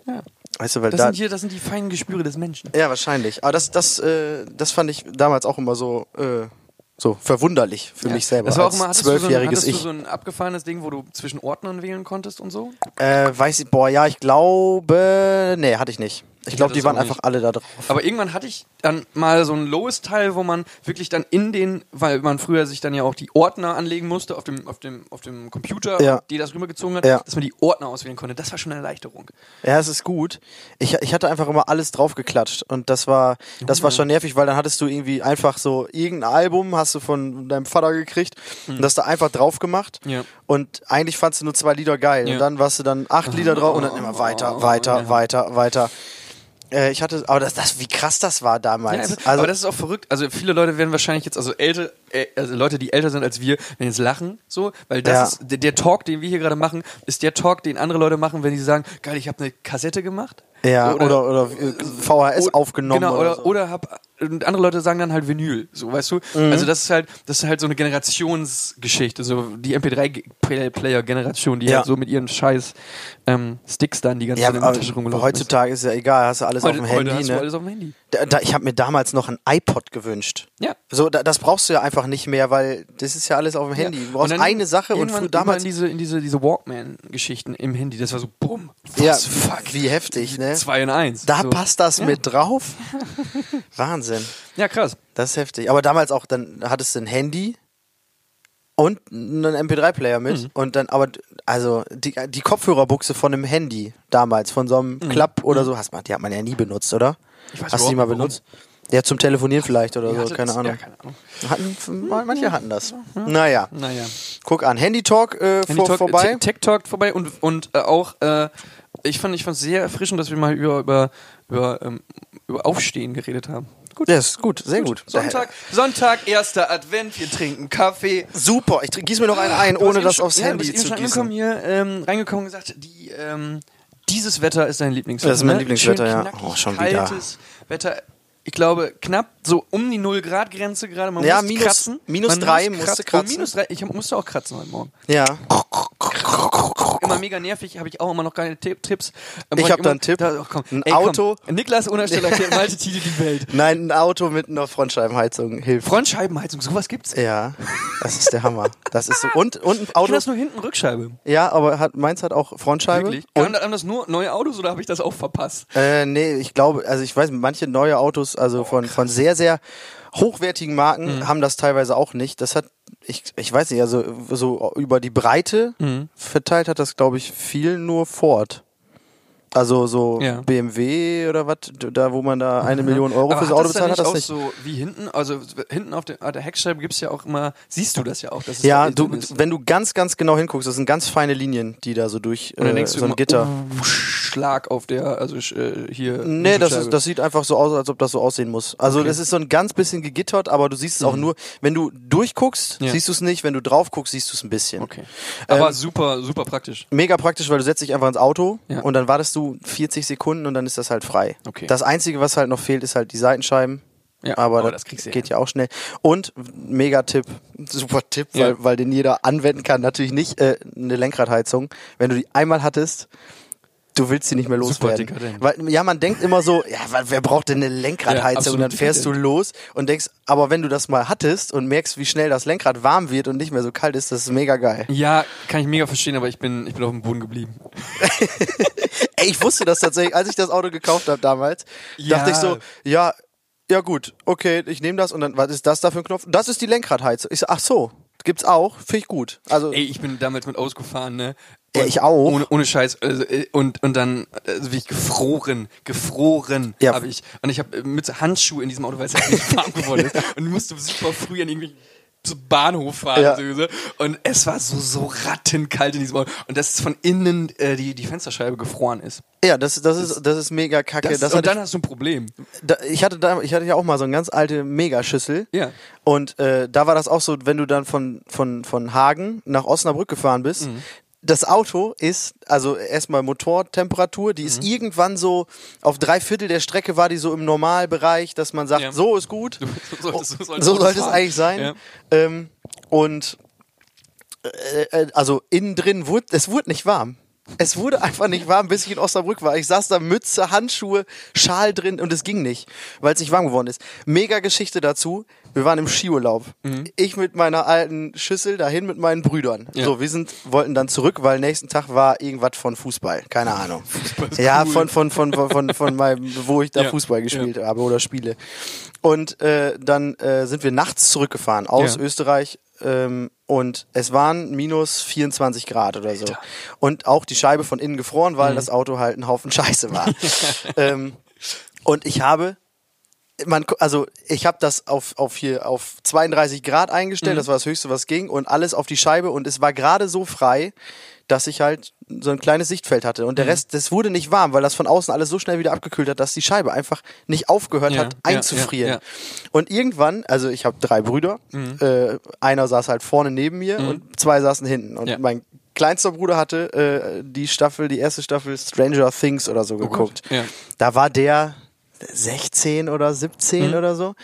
S2: Ja.
S3: Weißt du, weil
S2: Das,
S3: da,
S2: sind hier, das sind die feinen Gespüre des Menschen.
S3: ja, wahrscheinlich. Aber das, das, äh, das fand ich damals auch immer so, äh, so verwunderlich für mich selber.
S2: Das war auch
S3: als
S2: immer, hattest, du so, ein,
S3: zwölfjähriges
S2: hattest du
S3: Ich.
S2: so ein abgefahrenes Ding, wo du zwischen Ordnern wählen konntest und so?
S3: äh, weiß ich, boah, ja, ich glaube, nee, hatte ich nicht. Ich glaube,
S2: hatte
S3: die
S2: es
S3: waren
S2: auch
S3: einfach alle da drauf.
S2: Aber irgendwann hatte ich dann mal so ein lowes Teil, wo man wirklich dann in den, weil man früher sich dann ja auch die Ordner anlegen musste auf dem, auf dem, auf dem Computer,
S3: Ja.
S2: die das rübergezogen hat,
S3: Ja.
S2: dass man die Ordner auswählen konnte. Das war schon eine Erleichterung.
S3: Ja, es ist gut. Ich, ich hatte einfach immer alles draufgeklatscht und das war, das war schon nervig, weil dann hattest du irgendwie einfach so irgendein Album hast du von deinem Vater gekriegt und das da einfach drauf gemacht
S2: Hm. Ja.
S3: und eigentlich fandst du nur zwei Lieder geil
S2: Ja. Oh,
S3: und dann warst du dann acht Lieder drauf und dann immer weiter, weiter, weiter, weiter. Äh, ich hatte, aber das, das, wie krass das war damals.
S2: Ja,
S3: also,
S2: aber das ist auch verrückt. Also viele Leute werden wahrscheinlich jetzt, also älter, äh, also Leute, die älter sind als wir, werden jetzt lachen, so, weil das
S3: Ja.
S2: ist, der, der Talk, den wir hier gerade machen, ist der Talk, den andere Leute machen, wenn sie sagen, geil, ich habe eine Kassette gemacht.
S3: ja,
S2: So,
S3: oder, oder, äh, VHS aufgenommen
S2: Genau,
S3: oder,
S2: oder,
S3: so.
S2: oder hab, und andere Leute sagen dann halt Vinyl, so, weißt du?
S3: Mhm.
S2: Also das ist halt, das ist halt so eine Generationsgeschichte, so die MP3-Player-Generation, die
S3: Ja.
S2: halt so mit ihren scheiß ähm, Sticks dann die ganze
S3: ja,
S2: Zeit in der
S3: aber
S2: Tasche rumgelaufen ist.
S3: heutzutage ist ja egal, hast du alles auf dem Handy.
S2: heute hast
S3: ne?
S2: du alles auf dem Handy.
S3: Da, da, ich habe mir damals noch ein iPod gewünscht.
S2: Ja.
S3: So, da, das brauchst du ja einfach nicht mehr, weil das ist ja alles auf dem Handy. Du brauchst
S2: Und dann
S3: eine Sache und
S2: irgendwann-
S3: früher damals.
S2: irgendwann in diese, in diese, diese Walkman-Geschichten im Handy, das war so bumm.
S3: ja,
S2: Was, fuck.
S3: wie heftig, ne?
S2: Zwei in eins.
S3: Da
S2: so.
S3: passt das mit drauf. Wahnsinn,
S2: Ja, krass.
S3: das ist heftig. Aber damals auch, dann hattest du ein Handy und einen MP3-Player mit
S2: Mhm.
S3: und dann, aber also die, die Kopfhörerbuchse von einem Handy damals, von so einem Club oder so, hast man, die hat man ja nie benutzt, oder?
S2: Mhm. Ich weiß
S3: hast du die
S2: überhaupt
S3: mal
S2: nicht, warum.
S3: benutzt? Ja, zum Telefonieren vielleicht oder
S2: Ihr
S3: so,
S2: hattet-
S3: Also, keine Ahnung.
S2: Ja, also keine Ahnung.
S3: Hatten, manche hatten das. Naja.
S2: Hm, Naja.
S3: Guck an, Handy Talk, äh,
S2: Handy
S3: vor,
S2: Talk,
S3: vorbei.
S2: Te- Tech Talk vorbei und, und äh, auch, äh, ich fand es ich fand's sehr erfrischend, dass wir mal über, über, über, ähm, über Aufstehen geredet haben. Gut.
S3: Ja, ist gut, sehr gut.
S2: Sonntag, Sonntag, erster Advent, wir trinken Kaffee.
S3: Super, ich tr- gieß mir noch einen ein,
S2: Ah, Du hast
S3: ohne
S2: eben
S3: das
S2: schon-
S3: aufs
S2: ja,
S3: Handy
S2: du bist eben
S3: zu
S2: schon angekommen
S3: gießen.
S2: hier, ähm, reingekommen und gesagt, die, ähm, dieses Wetter ist dein Lieblingswetter.
S3: Das ist mein
S2: ne?
S3: Lieblingswetter,
S2: Schön
S3: ja.
S2: Knackig,
S3: Oh, schon wieder.
S2: kaltes Wetter. Ich glaube, knapp so um die 0-Grad-Grenze gerade. Man
S3: Ja,
S2: muss
S3: minus-
S2: kratzen.
S3: minus
S2: man
S3: drei
S2: muss
S3: musste
S2: kratzen.
S3: kratzen.
S2: Oh, minus drei. Ich hab- musste auch kratzen heute Morgen.
S3: Ja.
S2: Immer mega nervig, habe ich auch immer noch keine Tipp- Tipps. Ähm,
S3: Ich hab
S2: immer-
S3: da einen Tipp.
S2: Da, oh, komm.
S3: Ein
S2: Ey, komm.
S3: Auto.
S2: Niklas Unersteller kennt Malte Titel die Welt.
S3: Nein, ein Auto mitten in der Frontscheibenheizung hilft.
S2: Frontscheibenheizung, sowas gibt's.
S3: ja, das ist der Hammer. Das ist so. Und, und ein
S2: Ich kenn
S3: Auto.
S2: das nur hinten Rückscheibe.
S3: Ja, aber hat, meins hat auch Frontscheibe.
S2: Wirklich?
S3: Und,
S2: Haben haben das nur neue Autos oder habe ich das auch verpasst?
S3: Äh, nee, ich glaube, also ich weiß, manche neue Autos, also
S2: Oh,
S3: von, von sehr, sehr hochwertigen Marken
S2: Mhm.
S3: haben das teilweise auch nicht. Das hat, ich, ich weiß nicht, also so über die Breite
S2: Mhm.
S3: verteilt hat das, glaube ich, viel nur Ford. Also so
S2: Ja. Mhm.
S3: BMW oder was, da wo man da eine Million Euro
S2: Aber
S3: fürs
S2: hat
S3: Auto
S2: das dann
S3: bezahlt hat, das
S2: auch
S3: nicht.
S2: so wie hinten, also hinten auf der, auf der Heckscheibe gibt es ja auch immer, siehst du das ja auch. Dass es
S3: ja,
S2: da
S3: du,
S2: drin ist.
S3: wenn du ganz, ganz genau hinguckst, das sind ganz feine Linien, die da so durch
S2: Und dann
S3: äh,
S2: denkst du
S3: so ein
S2: immer,
S3: Gitter.
S2: oh, Schlag auf der, also äh, hier.
S3: Nee, das, ist,
S2: Windschutzscheibe.
S3: das sieht einfach so aus, als ob das so aussehen muss. Also das ist so ein ganz bisschen gegittert, aber du siehst es auch nur, wenn du durchguckst,
S2: Ja.
S3: siehst du es nicht, wenn du drauf guckst, siehst du es ein bisschen. Ähm.
S2: Okay. Aber super, super praktisch.
S3: Mega praktisch, weil du setzt dich einfach ins Auto
S2: Ja.
S3: und dann wartest du du 40 Sekunden und dann ist das halt frei.
S2: Okay.
S3: Das Einzige, was halt noch fehlt, ist halt die Seitenscheiben.
S2: Ja,
S3: aber
S2: aber
S3: das,
S2: das kriegst du
S3: geht ja auch schnell. Und mega Tipp, super Tipp, weil,
S2: Ja.
S3: weil den jeder anwenden kann. Natürlich nicht äh, eine Lenkradheizung. Wenn du die einmal hattest, du willst sie nicht mehr
S2: Super
S3: loswerden.
S2: dekadent.
S3: Weil, ja, man denkt immer so, ja, wa- wer braucht denn eine
S2: Ja,
S3: Lenkradheizung?
S2: absolut
S3: und dann fährst du los und denkst, aber wenn du das mal hattest und merkst, wie schnell das Lenkrad warm wird und nicht mehr so kalt ist, das ist mega geil.
S2: Ja, kann ich mega verstehen, aber ich bin, ich bin auf dem Boden geblieben.
S3: Ey, ich wusste das tatsächlich, als ich das Auto gekauft habe damals,
S2: Ja.
S3: dachte ich so, ja, ja gut, okay, ich nehme das und dann, was ist das da für ein Knopf? Das ist die Lenkradheizung. Ich so, ach so, gibt's auch, finde ich gut. Also,
S2: Ey, ich bin damals mit ausgefahren, ne?
S3: Ja, ich auch.
S2: Ohne, ohne Scheiß. Also, äh, und, und dann also bin ich gefroren. Gefroren
S3: Ja.
S2: habe ich. Und ich habe mit Handschuhe in diesem Auto, weil es halt nicht warm geworden ist. Und musste super früh an irgendwie zum Bahnhof fahren.
S3: Ja.
S2: So, ne? Und es war so, so rattenkalt in diesem Auto. Und dass von innen äh, die, die Fensterscheibe gefroren ist.
S3: ja, das, das, ist, das ist mega kacke. Das,
S2: und
S3: hatte
S2: dann hast du ein Problem.
S3: da, ich hatte da, ich hatte ja auch mal so eine ganz alte Megaschüssel.
S2: Ja.
S3: Und äh, da war das auch so, wenn du dann von, von, von Hagen nach Osnabrück gefahren bist.
S2: Mhm.
S3: Das Auto ist, also erstmal Motortemperatur, die
S2: Mhm.
S3: ist irgendwann so, auf drei Viertel der Strecke war die so im Normalbereich, dass man sagt,
S2: Ja.
S3: so ist gut.
S2: So sollte es- so sollte
S3: so
S2: man
S3: sollte es
S2: fahren.
S3: eigentlich sein.
S2: Ja.
S3: Ähm, und äh, äh, also innen drin wurde es wurde nicht warm. Es wurde einfach nicht warm, bis ich in Osnabrück war. Ich saß da Mütze, Handschuhe, Schal drin und es ging nicht, weil es nicht warm geworden ist. Mega Geschichte dazu. Wir waren im Skiurlaub. Ich mit meiner alten Schüssel dahin mit meinen Brüdern.
S2: Mhm. Ja.
S3: So, wir sind wollten dann zurück, weil nächsten Tag war irgendwas von Fußball, keine Ahnung.
S2: ist
S3: ja,
S2: cool.
S3: von von von von von, von meinem, wo ich da
S2: Ja,
S3: Fußball
S2: ja.
S3: gespielt habe oder spiele. Und äh, dann äh, sind wir nachts zurückgefahren aus
S2: Ja.
S3: Österreich ähm, und es waren minus 24 Grad oder so. Und auch die Scheibe von innen gefroren, weil das Auto halt ein Haufen Scheiße war. ähm, und ich habe man, ko- also ich habe das auf, auf hier auf 32 Grad
S2: Mhm.
S3: eingestellt, das war das höchste, was ging, und alles auf die Scheibe und es war gerade so frei, dass ich halt so ein kleines Sichtfeld hatte.
S2: Mhm.
S3: Und der Rest, das wurde nicht warm, weil das von außen alles so schnell wieder abgekühlt hat, dass die Scheibe einfach nicht aufgehört
S2: Ja,
S3: hat,
S2: ja, ja,
S3: einzufrieren.
S2: ja. Mhm.
S3: Und irgendwann, also ich habe drei Brüder, äh, einer saß halt vorne neben mir und zwei saßen hinten. Und
S2: Ja.
S3: mein kleinster Bruder hatte äh, die Staffel, die erste Staffel Stranger Things oder so geguckt.
S2: Oh ja.
S3: Da war der 16 oder 17 oder so.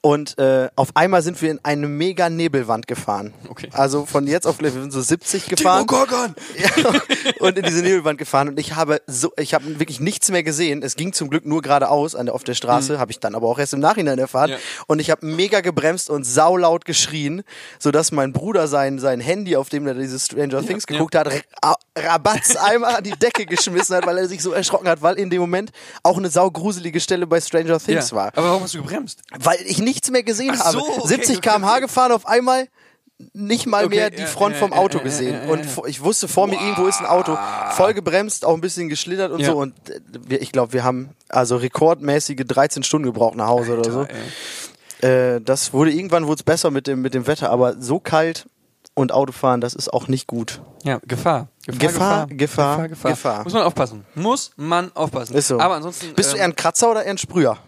S3: Und äh, auf einmal sind wir in eine mega Nebelwand gefahren.
S2: Okay.
S3: Also von jetzt auf gleich, wir sind so 70 gefahren.
S2: Gorgon!
S3: Ja, und in diese Nebelwand gefahren und ich habe so, ich habe wirklich nichts mehr gesehen. Es ging zum Glück nur geradeaus an der, auf der Straße, habe ich dann aber auch erst im Nachhinein erfahren.
S2: Mhm. Ja.
S3: Und ich habe mega gebremst und saulaut geschrien, sodass mein Bruder sein, sein Handy, auf dem er dieses Stranger Things geguckt hat, ra rabatz einmal an die Decke geschmissen hat, weil er sich so erschrocken hat, weil in dem Moment auch eine saugruselige Stelle bei Stranger Things
S2: Ja.
S3: war.
S2: Aber warum hast du gebremst?
S3: Weil ich nichts mehr gesehen
S2: Ach
S3: habe.
S2: so, okay,
S3: 70
S2: okay,
S3: km/h
S2: okay.
S3: gefahren, auf einmal nicht mal
S2: Okay,
S3: mehr die
S2: ja,
S3: Front
S2: ja,
S3: vom
S2: ja,
S3: Auto
S2: ja,
S3: gesehen.
S2: ja, ja,
S3: Und
S2: ja.
S3: vor- ich wusste, vor mir irgendwo ist ein Auto. Voll gebremst, auch ein bisschen geschlittert und
S2: Ja.
S3: so. Und äh, wir- ich glaube, wir haben also rekordmäßige 13 Stunden gebraucht nach Hause oder
S2: Ey.
S3: so. Äh, das wurde irgendwann wurde es besser mit dem, mit dem Wetter, aber so kalt und Autofahren, das ist auch nicht gut.
S2: Ja, Gefahr.
S3: Gefahr, Gefahr,
S2: Gefahr, Gefahr.
S3: Gefahr.
S2: Muss man aufpassen. Muss man aufpassen.
S3: Ist so.
S2: Aber ansonsten.
S3: Bist du eher
S2: ähm,
S3: ein Kratzer oder eher ein Sprüher?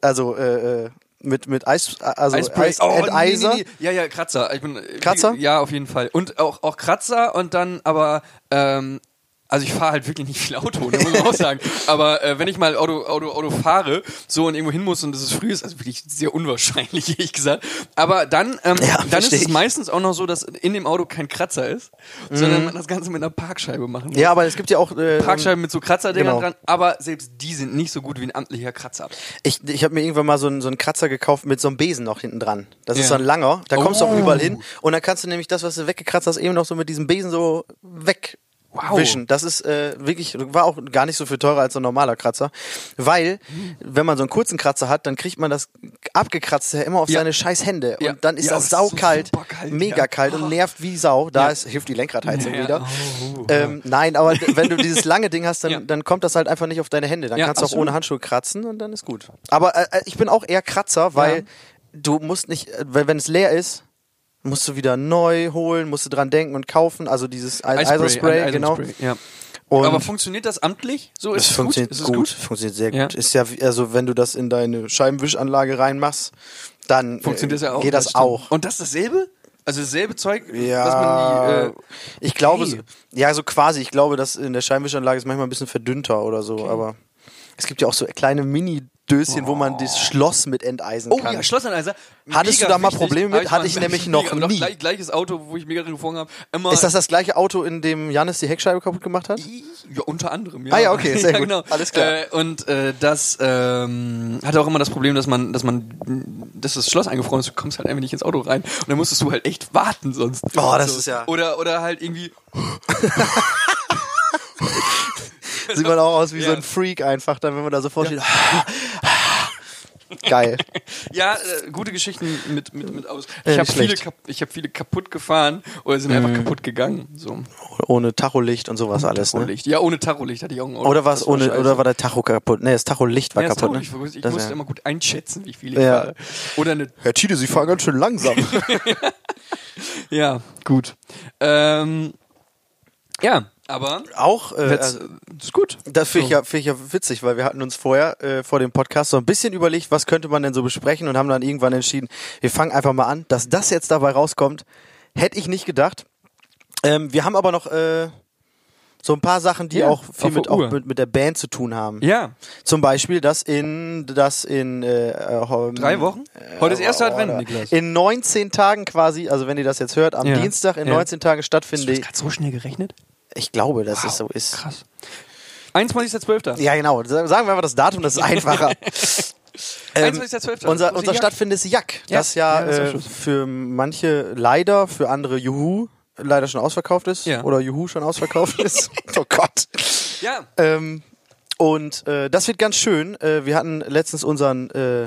S3: Also äh, äh, mit, mit Eis, also
S2: Icebreaker.
S3: Eis,
S2: Oh, nee,
S3: Enteiser.
S2: nee, nee. Ja, ja, Kratzer. Ich bin, äh,
S3: Kratzer?
S2: Ja, auf jeden Fall. Und auch, auch Kratzer und dann aber. Ähm, also ich fahre halt wirklich nicht viel Auto, ne, muss man auch sagen. Aber äh, wenn ich mal Auto, Auto, Auto fahre, so und irgendwo hin muss und es ist früh ist, also wirklich sehr unwahrscheinlich, ehrlich gesagt. Aber dann, ähm,
S3: Ja,
S2: dann ist
S3: versteh
S2: es
S3: ich.
S2: meistens auch noch so, dass in dem Auto kein Kratzer ist,
S3: Mhm.
S2: sondern man das Ganze mit einer Parkscheibe machen muss.
S3: Ja, aber es gibt ja auch äh,
S2: Parkscheiben mit so Kratzerdingern
S3: Genau.
S2: dran, aber selbst die sind nicht so gut wie ein amtlicher Kratzer.
S3: Ich, ich habe mir irgendwann mal so einen, so einen Kratzer gekauft mit so einem Besen noch hinten dran. Das
S2: Ja.
S3: ist so ein langer, da kommst du
S2: Oh.
S3: auch überall hin und dann kannst du nämlich das, was du weggekratzt hast, eben noch so mit diesem Besen so wegwischen. Das ist äh, wirklich, war auch gar nicht so viel teurer als so ein normaler Kratzer. Weil, wenn man so einen kurzen Kratzer hat, dann kriegt man das abgekratzte ja immer auf
S2: Ja.
S3: seine scheiß Hände.
S2: Ja.
S3: Und dann ist
S2: Ja,
S3: das
S2: das ist so
S3: saukalt,
S2: superkalt,
S3: mega
S2: ja. Ah.
S3: kalt und nervt wie Sau. Da
S2: Ja.
S3: ist, hilft die Lenkradheizung
S2: Ja.
S3: wieder.
S2: Oh,
S3: ähm, nein, aber wenn du dieses lange Ding hast, dann,
S2: Ja.
S3: dann kommt das halt einfach nicht auf deine Hände. Dann
S2: Ja,
S3: kannst du auch
S2: absolut.
S3: ohne Handschuhe kratzen und dann ist gut. Aber äh, ich bin auch eher Kratzer, weil
S2: Ja.
S3: du musst nicht, äh, weil wenn es leer ist, musst du wieder neu holen, musst du dran denken und kaufen. Also dieses Ei- Eiserspray,
S2: Eisenspray,
S3: genau.
S2: Ja.
S3: Und
S2: Aber funktioniert das amtlich? So
S3: das
S2: ist es
S3: funktioniert
S2: gut? Ist es
S3: gut, funktioniert sehr
S2: Ja.
S3: gut. Ist ja, wie- also wenn du das in deine Scheibenwischanlage reinmachst, dann äh,
S2: Funktioniert das ja auch.
S3: geht das
S2: stimmt.
S3: auch.
S2: Und das dasselbe? Also dasselbe Zeug, dass
S3: Ja,
S2: man die. Äh,
S3: ich glaube, so,
S2: Nee.
S3: ja, so quasi. Ich glaube, dass in der Scheinwischanlage ist manchmal ein bisschen verdünnter oder so, aber es gibt ja auch so kleine Mini-Döschen, wo man das Schloss mit enteisen
S2: oh
S3: kann.
S2: ja, Schlossanheiser.
S3: Hattest
S2: Mega
S3: du da mal
S2: wichtig.
S3: Probleme mit?
S2: Hab mal-
S3: Hatte ich nämlich noch
S2: mega-
S3: nie.
S2: Gleich, gleiches Auto, wo ich mega gefangen habe. Immer
S3: ist das das gleiche Auto, in dem Janis die Heckscheibe kaputt gemacht hat?
S2: Ja, unter anderem, ja.
S3: Ah ja, okay, sehr gut. Alles klar.
S2: Äh, und äh, das ähm, hatte auch immer das Problem, dass man, dass man, dass das Schloss eingefroren ist, du kommst halt einfach nicht ins Auto rein. Und dann musstest du halt echt warten sonst.
S3: Oh, das
S2: So.
S3: ist ja-
S2: Oder, oder halt irgendwie,
S3: Sieht man auch aus wie
S2: Ja.
S3: so ein Freak einfach, dann wenn man da so vorsteht. Geil.
S2: ja, äh, gute Geschichten mit, mit, mit aus. Ich
S3: nicht
S2: habe viele,
S3: schlecht. Mhm.
S2: kap ich hab viele kaputt gefahren oder sind einfach kaputt gegangen. So.
S3: Ohne Tacholicht und sowas alles, ne?
S2: Tarolicht. Ja, ohne Tarolicht hatte ich auch ein Auto.
S3: Oder war es
S2: Das war
S3: ohne,
S2: scheiße.
S3: oder war der Tacho kaputt? Nee, das Tacholicht war
S2: Ja, das
S3: kaputt, ne?
S2: Tarolicht. Ich, ich
S3: Das,
S2: musste
S3: ja.
S2: immer gut einschätzen, wie viel ich
S3: Ja.
S2: fahre. Oder eine
S3: Herr Tide, Sie fahren ganz schön langsam.
S2: Ja, gut. Ähm, ja, aber
S3: auch, äh,
S2: jetzt,
S3: also,
S2: ist gut.
S3: das finde ich, ja, find ich ja witzig, weil wir hatten uns vorher, äh, vor dem Podcast so ein bisschen überlegt, was könnte man denn so besprechen und haben dann irgendwann entschieden, wir fangen einfach mal an, dass das jetzt dabei rauskommt, hätte ich nicht gedacht. Ähm, wir haben aber noch, äh, so ein paar Sachen, die
S2: Ja,
S3: auch viel
S2: auf
S3: mit,
S2: der
S3: auch
S2: Uhr.
S3: mit, mit der Band zu tun haben.
S2: Ja,
S3: Zum Beispiel, dass in, dass in äh, äh, ho-
S2: drei Wochen. Heute ist erster Advent,
S3: oder-
S2: Niklas.
S3: Äh, In 19 Tagen quasi, also wenn ihr das jetzt hört, am
S2: Ja.
S3: Dienstag in
S2: Ja.
S3: 19 Tagen stattfindet.
S2: gerade so schnell gerechnet?
S3: Ich glaube, dass
S2: Wow,
S3: es so ist.
S2: Krass. 21.12.
S3: Ja, genau. Sa- Sagen wir einfach das Datum, das ist einfacher. Ähm,
S2: 21.12..
S3: Unser,
S2: Das ist
S3: unser
S2: Jack.
S3: stattfindendes Jack,
S2: Ja.
S3: das ja,
S2: Ja, das ist auch
S3: äh,
S2: schon so.
S3: für manche leider, für andere Juhu leider schon ausverkauft ist.
S2: Ja.
S3: Oder Juhu schon ausverkauft ist. Oh Gott.
S2: Ja.
S3: Ähm, und äh, das wird ganz schön. Äh, wir hatten letztens unseren äh,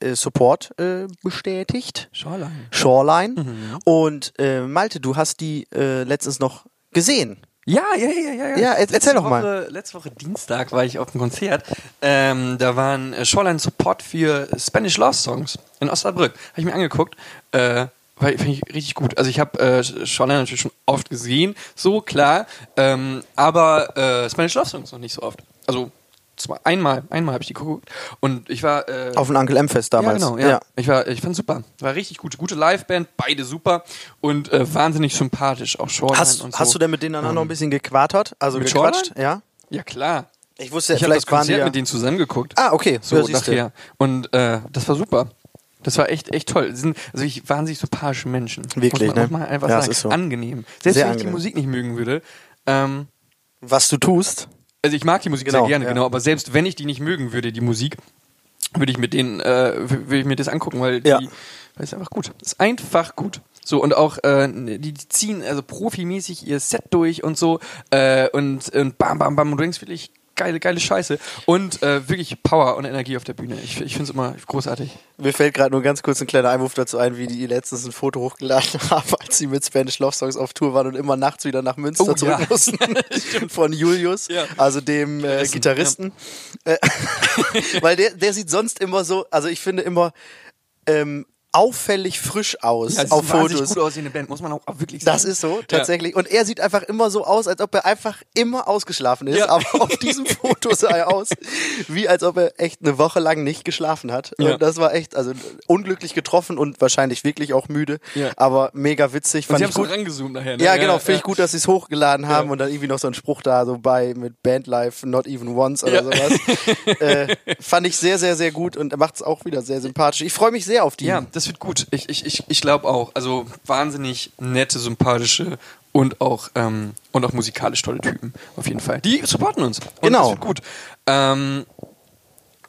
S3: äh, Support äh, bestätigt.
S2: Shoreline.
S3: Shoreline.
S2: Mhm.
S3: Und äh, Malte, du hast die äh, letztens noch gesehen.
S2: Ja, ja, ja, ja.
S3: Ja, jetzt erzähl doch mal.
S2: Woche, letzte Woche Dienstag war ich auf dem Konzert. Ähm, da waren äh, Shoreline Support für Spanish Love Songs in Osnabrück. Habe ich mir angeguckt. Äh, weil- Finde ich richtig gut. Also ich habe äh, Shoreline natürlich schon oft gesehen, so klar. Ähm, aber äh, Spanish Love Songs noch nicht so oft. Also zwei, einmal, einmal habe ich die geguckt. Und ich war... Äh,
S3: Auf dem Uncle M-Fest damals.
S2: ja, genau, ja. Ich war, ich fand super. War richtig gut. Gute Liveband, beide super und äh, wahnsinnig sympathisch. Auch Shoreline
S3: Hast,
S2: und so. Ähm,
S3: hast du denn mit denen dann auch noch ein bisschen gequartert? Also
S2: Mit
S3: gequatscht?
S2: Shoreline?
S3: Ja.
S2: Ja klar.
S3: Ich wusste ja,
S2: Ich habe das
S3: vielleicht waren die
S2: Konzert
S3: ja.
S2: mit denen zusammengeguckt.
S3: Ah, okay.
S2: So
S3: Ja, siehste.
S2: nachher. Und äh, das war super. Das war echt, echt toll. Sie Sind, also ich wahnsinnig sympathische Menschen. muss man,
S3: Wirklich, ne?
S2: muss man einfach
S3: Ja, es
S2: sagen.
S3: ist so.
S2: Angenehm. Selbst
S3: Sehr
S2: wenn ich
S3: angenehm.
S2: die Musik nicht mögen würde. Ähm,
S3: Was du tust?
S2: also ich mag die Musik
S3: Genau,
S2: sehr gerne,
S3: ja.
S2: genau. Aber selbst wenn ich die nicht mögen würde, die Musik, würde ich mit denen, äh, wür- würde ich mir das angucken, weil
S3: Ja.
S2: die, weil es einfach gut. Ist einfach gut. So, und auch, äh, die, die ziehen also profimäßig ihr Set durch und so, äh, und, und bam, bam, bam, und du denkst wirklich geile, geile Scheiße. Und äh, wirklich Power und Energie auf der Bühne. Ich, ich finde es immer großartig.
S3: Mir fällt gerade nur ganz kurz ein kleiner Einwurf dazu ein, wie die letztens ein Foto hochgeladen haben, als sie mit Spanish Love Songs auf Tour waren und immer nachts wieder nach Münster
S2: Oh,
S3: zurück
S2: ja.
S3: mussten. Von Julius,
S2: Ja.
S3: also dem äh, Gitarristen. Äh, weil der, der sieht sonst immer so, also ich finde immer ähm, auffällig frisch aus
S2: Ja, es ist
S3: auf
S2: eine wahnsinnig
S3: Fotos.
S2: gut aussehende Band, muss man auch, auch wirklich sagen.
S3: Das ist so, tatsächlich. Und er sieht einfach immer so aus, als ob er einfach immer ausgeschlafen ist.
S2: Ja.
S3: Aber auf diesem Foto sah er aus, wie als ob er echt eine Woche lang nicht geschlafen hat.
S2: Ja.
S3: Und das war echt, also unglücklich getroffen und wahrscheinlich wirklich auch müde.
S2: Ja.
S3: Aber mega witzig.
S2: Und
S3: Fand
S2: sie haben
S3: ich gut.
S2: es rangezoomt nachher. Ne?
S3: Ja, genau. Finde ich
S2: ja.
S3: gut, dass sie es hochgeladen haben und dann irgendwie noch so einen Spruch da so bei mit Bandlife, not even once oder
S2: Ja.
S3: sowas. äh, fand ich sehr, sehr, sehr gut und er macht es auch wieder sehr sympathisch. Ich freue mich sehr auf die.
S2: Ja, das wird gut. Ich, ich, ich, ich glaube auch. Also wahnsinnig nette, sympathische und auch, ähm, und auch musikalisch tolle Typen. Auf jeden Fall. Die supporten uns. Und
S3: Genau.
S2: Das wird gut. Ähm,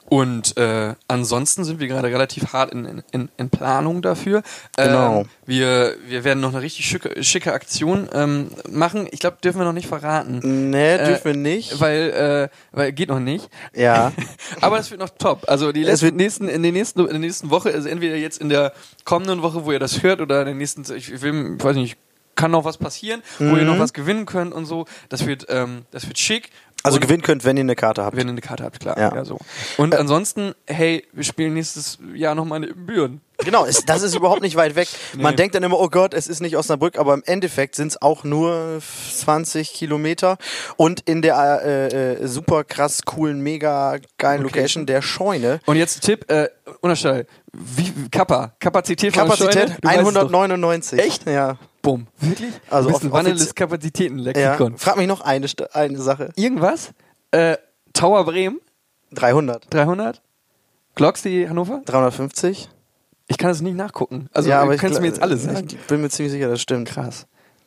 S2: und äh, ansonsten sind wir gerade relativ hart in, in- in, in Planung dafür. Ähm,
S3: Genau.
S2: Wir, wir werden noch eine richtig schicke, schicke Aktion ähm, machen. Ich glaube, dürfen wir noch nicht verraten.
S3: Nee,
S2: Äh,
S3: dürfen wir nicht.
S2: Weil, äh, weil geht noch nicht.
S3: Ja.
S2: Aber das wird noch top. Also die letzten,
S3: wird-
S2: nächsten, in, den nächsten, in der nächsten Woche, also entweder jetzt in der kommenden Woche, wo ihr das hört, oder in den nächsten, ich, will, ich Mhm. weiß nicht, kann noch was passieren, wo ihr noch was gewinnen könnt und so. Das wird, ähm, das wird schick.
S3: Also gewinnen könnt, wenn ihr eine Karte habt.
S2: Wenn ihr eine Karte habt, klar. Ja.
S3: Ja.
S2: so. Und ansonsten, hey, wir spielen nächstes Jahr nochmal in Büren.
S3: Genau, es, das ist überhaupt nicht weit weg. Man
S2: Nee.
S3: denkt dann immer, oh Gott, es ist nicht Osnabrück, aber im Endeffekt sind es auch nur 20 Kilometer und in der äh, äh, super krass coolen, mega geilen Location der Scheune.
S2: Und jetzt Tipp, äh, Unerschall, wie, Kappa, Kapazität von der Scheune,
S3: Kapazität
S2: du weißt es doch.
S3: 199.
S2: Echt?
S3: Ja.
S2: Bumm. Wirklich? Also
S3: Also
S2: du bist
S3: off-
S2: ein wandelndes
S3: offizie- ja.
S2: Kapazitätenlexikon.
S3: Frag mich noch eine, St- eine Sache.
S2: Irgendwas? Äh, Tower Bremen,
S3: 300.
S2: 300? Glocksy Hannover?
S3: 350?
S2: Ich kann es nicht nachgucken. Also du kannst
S3: gl-
S2: mir jetzt alles
S3: ja,
S2: sagen.
S3: Ich bin mir ziemlich sicher, das stimmt.
S2: Krass.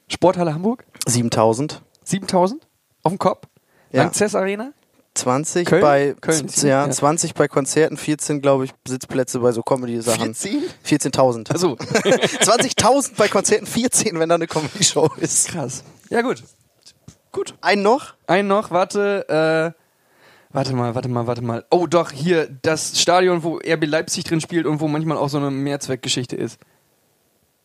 S2: Sporthalle Hamburg,
S3: 7000.
S2: 7000 auf dem Kopf.
S3: Ja.
S2: Lanxess Arena,
S3: 20
S2: Köln?
S3: bei
S2: Köln,
S3: z- ja,
S2: ja.
S3: 20 bei Konzerten, 14 glaube ich Sitzplätze bei so Comedy Sachen.
S2: 14?
S3: 14.000.
S2: Also.
S3: 20.000 bei Konzerten, 14, wenn da eine Comedy Show ist.
S2: Krass. Ja, gut. Gut.
S3: Einen noch?
S2: Einen noch, warte, äh, warte mal, warte mal, warte mal. Oh, doch, hier, das Stadion, wo RB Leipzig drin spielt und wo manchmal auch so eine Mehrzweckgeschichte ist.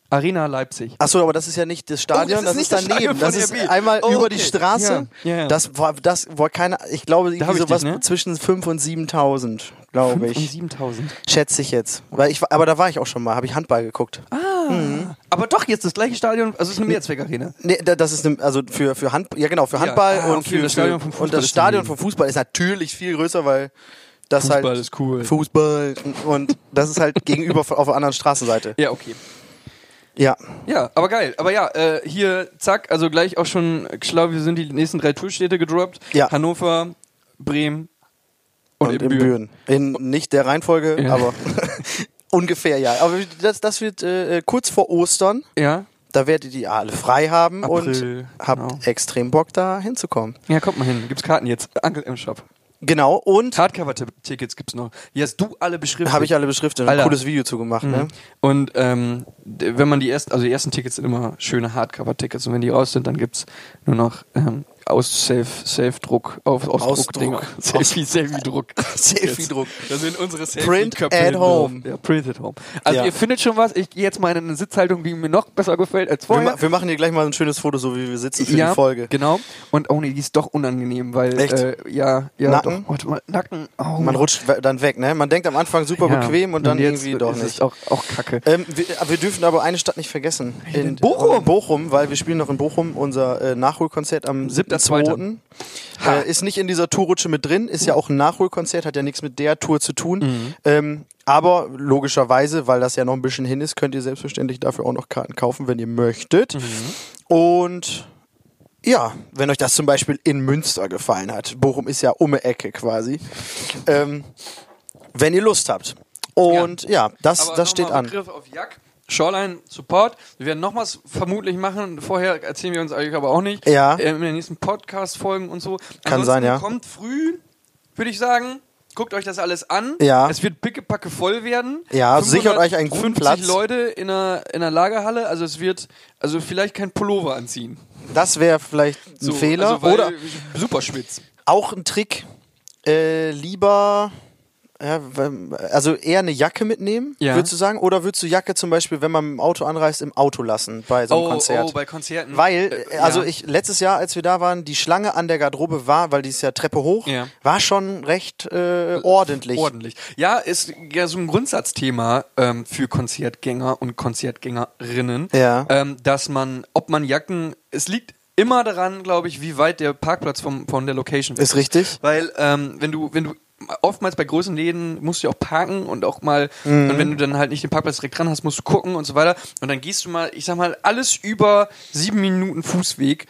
S2: Arena Leipzig.
S3: Achso, aber das ist ja nicht das Stadion,
S2: Oh,
S3: das
S2: das
S3: ist,
S2: ist nicht das
S3: daneben.
S2: Stadion
S3: das
S2: von
S3: ist
S2: RB.
S3: einmal
S2: Oh,
S3: über
S2: okay.
S3: die Straße.
S2: Ja, ja, ja.
S3: Das war das war keine ich glaube
S2: hab
S3: irgendwie
S2: ich dich,
S3: sowas
S2: ne?
S3: zwischen 5 und 7000, glaube
S2: Fünf und
S3: ich.
S2: 7000.
S3: Schätze ich jetzt, weil ich war- aber da war ich auch schon mal, habe ich Handball geguckt.
S2: Ah. Mhm. Aber doch, jetzt das gleiche Stadion, also es ist eine Mehrzweckarena.
S3: Nee, da- das ist ne, also für, für Hand, ja genau, für Handball
S2: ah,
S3: und
S2: okay,
S3: für,
S2: das Stadion
S3: für,
S2: vom
S3: und
S2: Fußball
S3: das
S2: ist
S3: Stadion
S2: daneben.
S3: vom Fußball ist natürlich viel größer, weil das
S2: Fußball
S3: halt
S2: ist cool.
S3: Fußball und das ist halt gegenüber von- auf der anderen Straßenseite.
S2: Ja, okay.
S3: Ja.
S2: Ja, aber geil. Aber ja, äh, hier, zack, also gleich auch schon schlau, wir sind die nächsten drei Tourstädte gedroppt.
S3: Ja.
S2: Hannover, Bremen und,
S3: Und,
S2: in
S3: in
S2: Büren.
S3: Büren. In nicht der Reihenfolge,
S2: Ja.
S3: aber ungefähr ja. Aber das, das wird äh, kurz vor Ostern.
S2: Ja.
S3: Da werdet ihr alle frei haben
S2: April,
S3: und habt
S2: genau.
S3: extrem Bock da hinzukommen.
S2: Ja, kommt mal hin. Gibt's Karten jetzt. Uncle im Shop.
S3: Genau, und
S2: Hardcover-Tickets gibt's noch. Hier hast du alle beschriftet.
S3: habe ich alle beschriftet, ein
S2: Alter. Mhm.
S3: cooles Video zugemacht. Ne?
S2: Und ähm, d- wenn man die ersten, also die ersten Tickets sind immer schöne Hardcover-Tickets und wenn die raus sind, dann gibt's nur noch ähm, aus Safe, Safe Druck auf
S3: Ausdruck.
S2: Ausdruck. Selfie, Selfie Druck.
S3: Selfie-Druck.
S2: Das sind unsere Selfie
S3: Print at home.
S2: Ja, print at home. Also
S3: Ja.
S2: ihr findet schon was. Ich gehe jetzt mal in eine Sitzhaltung, die mir noch besser gefällt als
S3: Wir,
S2: vorher.
S3: ma- wir machen dir gleich mal ein schönes Foto, so wie wir sitzen für die Folge.
S2: Genau. Und oh nee, die ist doch unangenehm, weil
S3: Echt?
S2: äh, ja, ja,
S3: Nacken?
S2: Doch, warte mal, Nacken. Oh.
S3: Man rutscht we- dann weg, ne? Man denkt am Anfang super
S2: Ja.
S3: bequem und dann
S2: jetzt
S3: irgendwie doch
S2: ist
S3: nicht.
S2: Es auch, auch Kacke.
S3: Ähm, wir, wir dürfen aber eine Stadt nicht vergessen. In Ähm,
S2: Bochum?
S3: Bochum, weil wir spielen noch in Bochum unser äh, Nachholkonzert am 7.2.
S2: Ha.
S3: Äh, ist nicht in dieser Tourrutsche mit drin, ist ja auch ein Nachholkonzert, hat ja nichts mit der Tour zu tun.
S2: Mhm.
S3: Ähm, aber logischerweise, weil das ja noch ein bisschen hin ist, könnt ihr selbstverständlich dafür auch noch Karten kaufen, wenn ihr möchtet.
S2: Mhm.
S3: Und ja, wenn euch das zum Beispiel in Münster gefallen hat. Bochum ist ja um die Ecke quasi. Ähm, wenn ihr Lust habt. Und ja, das,
S2: Aber
S3: das
S2: nochmal
S3: steht an.
S2: Begriff auf Jack. Shoreline Support. Wir werden noch was vermutlich machen. Vorher erzählen wir uns eigentlich aber auch nicht.
S3: Ja.
S2: Ähm, in den nächsten Podcast-Folgen und so.
S3: Kann
S2: Ansonsten
S3: sein, ja.
S2: Kommt früh, würde ich sagen. Guckt euch das alles an.
S3: Ja.
S2: Es wird pickepacke voll werden.
S3: Ja, sichert euch einen guten
S2: 50
S3: Platz.
S2: Leute in einer, in einer Lagerhalle. Also es wird, also vielleicht kein Pullover anziehen.
S3: Das wäre vielleicht ein
S2: So,
S3: Fehler.
S2: Also weil
S3: Oder
S2: super schwitz.
S3: auch ein Trick, äh, lieber, ja, wenn- also eher eine Jacke mitnehmen,
S2: Ja.
S3: würdest du sagen? Oder würdest du Jacke zum Beispiel, wenn man im Auto anreist, im Auto lassen bei so einem Konzert?
S2: oh, bei Konzerten.
S3: weil,
S2: Äh,
S3: also
S2: ja.
S3: ich, letztes Jahr, als wir da waren, die Schlange an der Garderobe war, weil die ist ja Treppe hoch,
S2: Ja.
S3: war schon recht äh, ordentlich.
S2: ordentlich. Ja, ist ja so ein Grundsatzthema ähm, für Konzertgänger und Konzertgängerinnen,
S3: Ja.
S2: ähm, dass man, ob man Jacken, es liegt immer daran, glaube ich, wie weit der Parkplatz vom, von der Location
S3: Ist richtig.
S2: Weil ähm, wenn du, wenn du oftmals bei großen Läden musst du ja auch parken und auch mal, und wenn du dann halt nicht den Parkplatz direkt dran hast, musst du gucken und so weiter. Und dann gehst du mal, ich sag mal, alles über sieben Minuten Fußweg,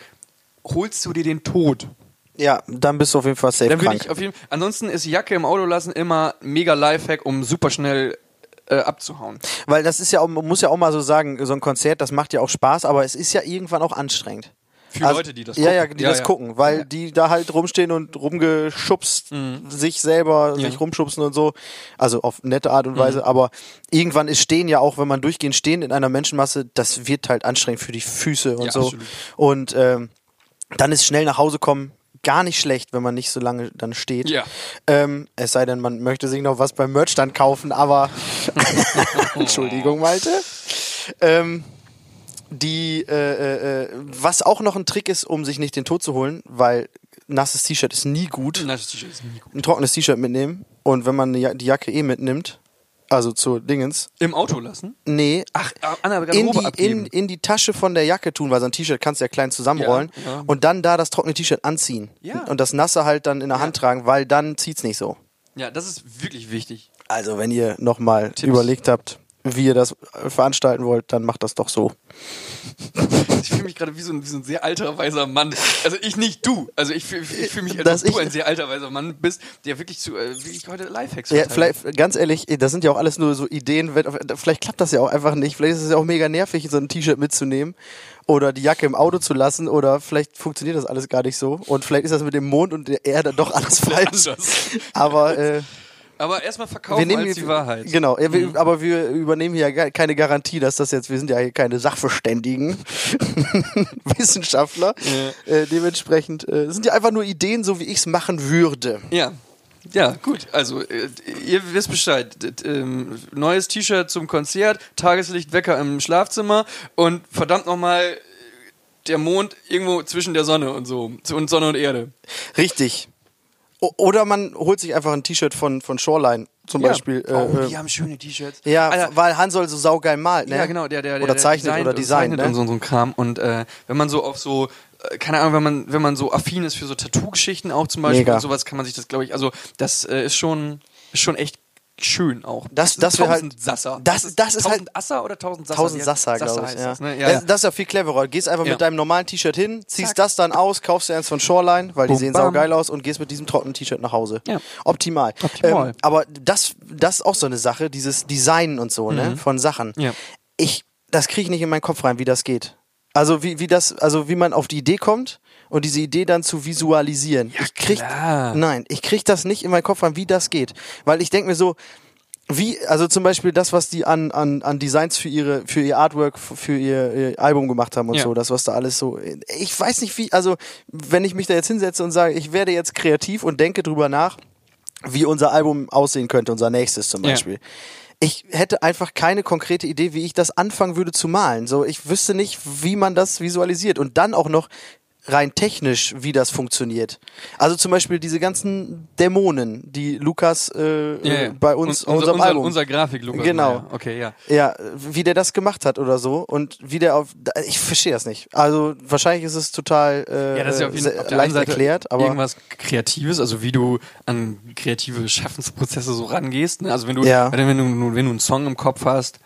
S2: holst du dir den Tod.
S3: Ja, dann bist du auf jeden Fall safe
S2: Dann würde
S3: krank.
S2: ich auf jeden Fall. Ansonsten ist Jacke im Auto lassen immer mega Lifehack, um super schnell äh, abzuhauen.
S3: Weil das ist ja, auch- man muss ja auch mal so sagen, so ein Konzert, das macht ja auch Spaß, aber es ist ja irgendwann auch anstrengend. Also,
S2: Für Leute, die das
S3: Ja, ja,
S2: gucken.
S3: die
S2: Ja,
S3: das
S2: ja. Mhm.
S3: gucken, weil die da halt rumstehen und rumgeschubst, sich selber,
S2: Ja. Mhm.
S3: sich rumschubsen und so. Also auf nette Art und Weise, aber irgendwann ist Stehen ja auch, wenn man durchgehend stehen in einer Menschenmasse, das wird halt anstrengend für die Füße und
S2: Ja,
S3: so.
S2: absolut.
S3: Und ähm, dann ist schnell nach Hause kommen gar nicht schlecht, wenn man nicht so lange dann steht.
S2: Ja.
S3: Ähm, es sei denn, man möchte sich noch was beim Merch dann kaufen, aber Entschuldigung, Malte. Ähm, die, äh, äh, äh, was auch noch ein Trick ist, um sich nicht den Tod zu holen, weil nasses T-Shirt ist nie gut.
S2: Nein, das T-Shirt ist nie gut.
S3: Ein trockenes T-Shirt mitnehmen und wenn man eine Ja- die Jacke eh mitnimmt, also zur Dingens,
S2: Im Auto lassen?
S3: nee,
S4: Ach,
S2: Ah,
S4: an der
S3: in
S4: Garderobe
S3: die, in,
S4: abgeben.
S3: in die Tasche von der Jacke tun, weil so ein T-Shirt kannst du ja klein zusammenrollen
S2: Ja, ja.
S3: und dann da das trockene T-Shirt anziehen
S2: Ja.
S3: und das nasse halt dann in der Hand tragen, weil dann zieht's nicht so.
S2: Ja, das ist wirklich wichtig.
S3: Also wenn ihr nochmal überlegt habt, wie ihr das äh, veranstalten wollt, dann macht das doch so.
S2: Ich fühle mich gerade wie, so ein- wie so ein sehr alter, weiser Mann. Also ich nicht du. Also ich fühle ich fühl mich, als
S3: Dass
S2: ob du
S3: ich-
S2: ein sehr alter, weiser Mann bist, der wirklich zu äh, wirklich heute Lifehacks
S3: Ja,
S2: verteilt.
S3: vielleicht, ganz ehrlich, das sind ja auch alles nur so Ideen. wenn- Vielleicht klappt das ja auch einfach nicht. Vielleicht ist es ja auch mega nervig, so ein T-Shirt mitzunehmen oder die Jacke im Auto zu lassen oder vielleicht funktioniert das alles gar nicht so und vielleicht ist das mit dem Mond und der Erde doch alles falsch.
S2: anders.
S3: Aber äh,
S2: Aber erstmal verkaufen
S3: wir nehmen
S2: als die Wahrheit. Mhm.
S3: Genau, ja, wir, aber wir übernehmen hier ja gar- keine Garantie, dass das jetzt, wir sind ja hier keine Sachverständigen, Wissenschaftler. Äh, dementsprechend äh, sind ja einfach nur Ideen, so wie ich es machen würde.
S2: Ja. Ja, gut. Also, äh, ihr wisst Bescheid. D- d- ähm, neues T-Shirt zum Konzert, Tageslichtwecker im Schlafzimmer und verdammt nochmal äh, der Mond irgendwo zwischen der Sonne und so. Z- Und Sonne und Erde.
S3: Richtig. O oder man holt sich einfach ein T-Shirt von, von Shoreline zum Beispiel. Äh,
S2: oh,
S3: äh,
S2: die haben schöne T-Shirts.
S3: ja,
S2: Alter,
S3: weil Hansol so saugeil malt, ne?
S2: Ja, genau, der, der, der
S3: oder
S2: der
S3: zeichnet
S2: designt
S3: oder
S2: und
S3: designt,
S2: zeichnet
S3: ne?
S2: und so und so ein Kram. Und äh, wenn man so auf so, äh, keine Ahnung, wenn man, wenn man so affin ist für so Tattoo-Geschichten auch zum Beispiel
S3: Mega.
S2: und sowas, kann man sich das, glaube ich, also das äh, ist schon, ist schon echt schön auch.
S3: Das- das wär halt-
S2: Sasser.
S3: das- das ist halt-
S2: Asser oder 1000 Sasser?
S3: 1000
S2: Ja,
S3: Sasser, glaube
S2: heißt
S3: ich. Ja.
S2: Das, ne? ja,
S3: Äh, Das,
S2: ja.
S3: das ist ja viel cleverer. Gehst einfach
S2: Ja.
S3: mit deinem normalen T-Shirt hin, ziehst
S2: Zack.
S3: das dann aus, kaufst dir eins von Shoreline, weil die
S4: Bum,
S3: sehen
S4: bam.
S3: saugeil aus und gehst mit diesem trockenen T-Shirt nach Hause.
S2: Ja.
S3: Optimal.
S4: Optimal.
S3: Ähm, aber das, das ist auch so eine Sache, dieses Design und so, ne, von Sachen.
S2: Mhm. Ja.
S3: Ich, das kriege ich nicht in meinen Kopf rein, wie das geht. Also wie, wie das, also wie man auf die Idee kommt und diese Idee dann zu visualisieren. ich krieg,
S2: klar.
S3: nein, ich krieg das nicht in meinen Kopf rein, wie das geht. Weil ich denke mir so, wie, also zum Beispiel das, was die an, an, an Designs für ihre, für ihr Artwork, f- für ihr, ihr Album gemacht haben und
S2: Ja.
S3: so, das, was da alles so. Ich weiß nicht wie, also wenn ich mich da jetzt hinsetze und sage, ich werde jetzt kreativ und denke drüber nach, wie unser Album aussehen könnte, unser nächstes zum
S2: Ja.
S3: Beispiel. Ich hätte einfach keine konkrete Idee, wie ich das anfangen würde zu malen. So, ich wüsste nicht, wie man das visualisiert und dann auch noch rein technisch, wie das funktioniert. Also zum Beispiel diese ganzen Dämonen, die Lukas äh,
S2: Ja, ja.
S3: äh, bei uns
S2: Und-
S3: auf unserem
S2: unser,
S3: Album.
S2: Unser Grafik-Lukas.
S3: Genau.
S2: Meyer. Okay, ja.
S3: ja, wie der das gemacht hat oder so und wie der auf da- ich verstehe das nicht. Also wahrscheinlich ist es total äh,
S2: Ja, das ist ja auf jeden,
S3: sehr-
S2: auf der einen
S3: leicht
S2: Seite
S3: erklärt, aber
S2: irgendwas Kreatives, also wie du an kreative Schaffensprozesse so rangehst. Ne? Also wenn du,
S3: Ja.
S2: wenn, du, wenn du einen Song im Kopf hast,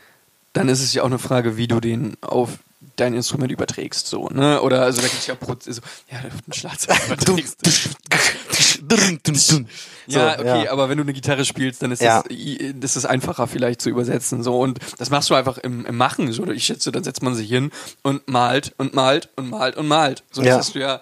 S2: dann ist es ja auch eine Frage, wie du den auf dein Instrument überträgst, so, ne? Oder also da gibt es ja Prozesse, so, ja, auf den Schlagzeug überträgst. ja,
S3: So,
S2: okay,
S3: ja.
S2: aber wenn du eine Gitarre spielst, dann ist
S3: Ja.
S2: das, i- das ist einfacher vielleicht zu übersetzen, so. Und das machst du einfach im, im Machen, so. Ich schätze, dann setzt man sich hin und malt und malt und malt und malt. So, das
S3: Ja.
S2: hast du ja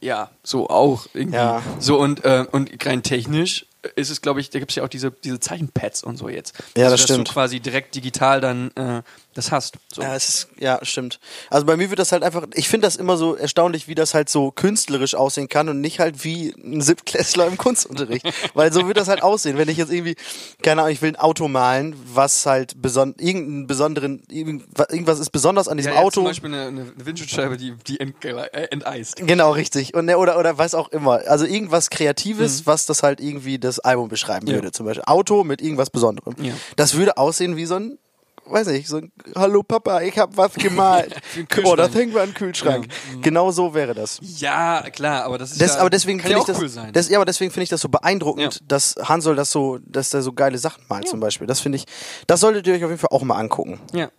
S2: ja, so auch irgendwie.
S3: Ja.
S2: So und, äh, und rein technisch ist es, glaube ich, da gibt es ja auch diese, diese Zeichenpads und so jetzt. Also,
S3: Ja, das
S2: dass
S3: stimmt.
S2: du quasi direkt digital dann äh, das hast. So.
S3: ja, es ist, ja, stimmt. Also bei mir wird das halt einfach, ich finde das immer so erstaunlich, wie das halt so künstlerisch aussehen kann und nicht halt wie ein Siebtklässler im Kunstunterricht. Weil so wird das halt aussehen. Wenn ich jetzt irgendwie, keine Ahnung, ich will ein Auto malen, was halt beson irgendeinen besonderen, irgendwas irgendwas ist besonders an diesem
S2: ja, jetzt
S3: Auto.
S2: Zum Beispiel eine, eine Windschutzscheibe, die, die ent, äh, enteist.
S3: Genau, richtig. Und, ne, oder, oder was auch immer. Also irgendwas Kreatives, was das halt irgendwie das Album beschreiben
S2: Mhm. Ja.
S3: würde. Zum Beispiel Auto mit irgendwas Besonderem.
S2: Ja.
S3: Das würde aussehen wie so ein, weiß nicht, so ein Hallo Papa, ich hab was gemalt.
S2: Für einen
S3: oh,
S2: Kühlschrank.
S3: das hängen wir an den Kühlschrank. Genau so wäre das.
S2: Ja, klar, aber das ist
S3: Das,
S2: ja,
S3: aber deswegen
S2: kann ja
S3: finde ich
S2: auch
S3: das,
S2: cool sein.
S3: das, ja, aber deswegen finde ich das so beeindruckend,
S2: Ja.
S3: dass Hansol das so, dass der so geile Sachen malt zum Beispiel. Das finde ich, das solltet ihr euch auf jeden Fall auch mal angucken.
S2: ja.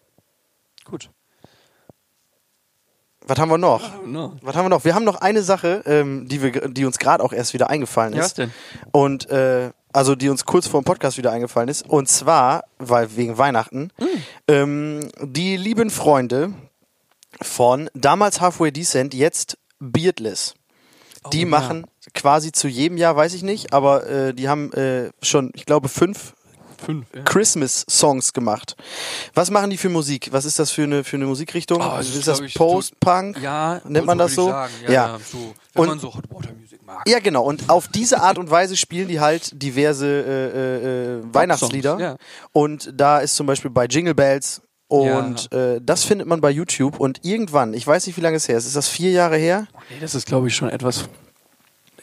S2: Gut.
S3: Was haben wir noch?
S2: No.
S3: Was haben wir noch? Wir haben noch eine Sache, ähm, die, wir, ge- die uns gerade auch erst wieder eingefallen ist.
S2: Ja, was denn?
S3: Und äh, also die uns kurz vor dem Podcast wieder eingefallen ist. Und zwar, weil wegen Weihnachten,
S2: Mm.
S3: ähm, die lieben Freunde von damals Halfway Decent, jetzt Beardless. Die
S2: Oh ja.
S3: machen quasi zu jedem Jahr, weiß ich nicht, aber äh, die haben äh, schon, ich glaube, fünf
S2: Fünf. Ja.
S3: Christmas-Songs gemacht. Was machen die für Musik? Was ist das für eine, für eine Musikrichtung? Also
S2: Ah, es ist,
S3: ist das
S2: glaub ich,
S3: Post-Punk?
S2: Ja,
S3: Nennt man
S2: so
S3: das
S2: würd
S3: so?
S2: Ich sagen. Ja, ja. so, wenn
S3: Und-
S2: man so Hot Water Music mag.
S3: Ja, genau. Und auf diese Art und Weise spielen die halt diverse äh, äh, äh, Weihnachtslieder.
S2: ja.
S3: Und da ist zum Beispiel bei Jingle Bells. Und äh, das findet man bei YouTube. Und irgendwann, ich weiß nicht, wie lange es her ist, ist das vier Jahre her?
S2: Nee, das ist, glaube ich, schon etwas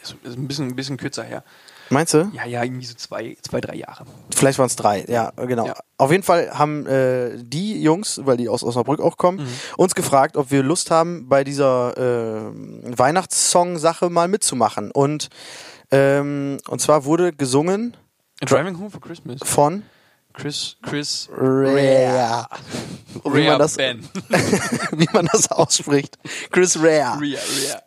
S2: ist, ist ein, bisschen, ein bisschen kürzer her.
S3: Meinst du?
S2: Ja, ja, irgendwie so zwei, zwei drei Jahre.
S3: Vielleicht waren es drei, ja, genau.
S2: Ja.
S3: Auf jeden Fall haben äh, die Jungs, weil die aus Osnabrück auch kommen,
S2: Mhm.
S3: uns gefragt, ob wir Lust haben, bei dieser äh, Weihnachtssong-Sache mal mitzumachen. Und, ähm, und zwar wurde gesungen
S2: Driving Home for Christmas.
S3: von
S2: Chris, Chris,
S3: Rare. Wie
S2: Rhea
S3: man, das,
S2: Ben.
S3: wie man das ausspricht. Chris Rare.
S2: Rhea, Rhea.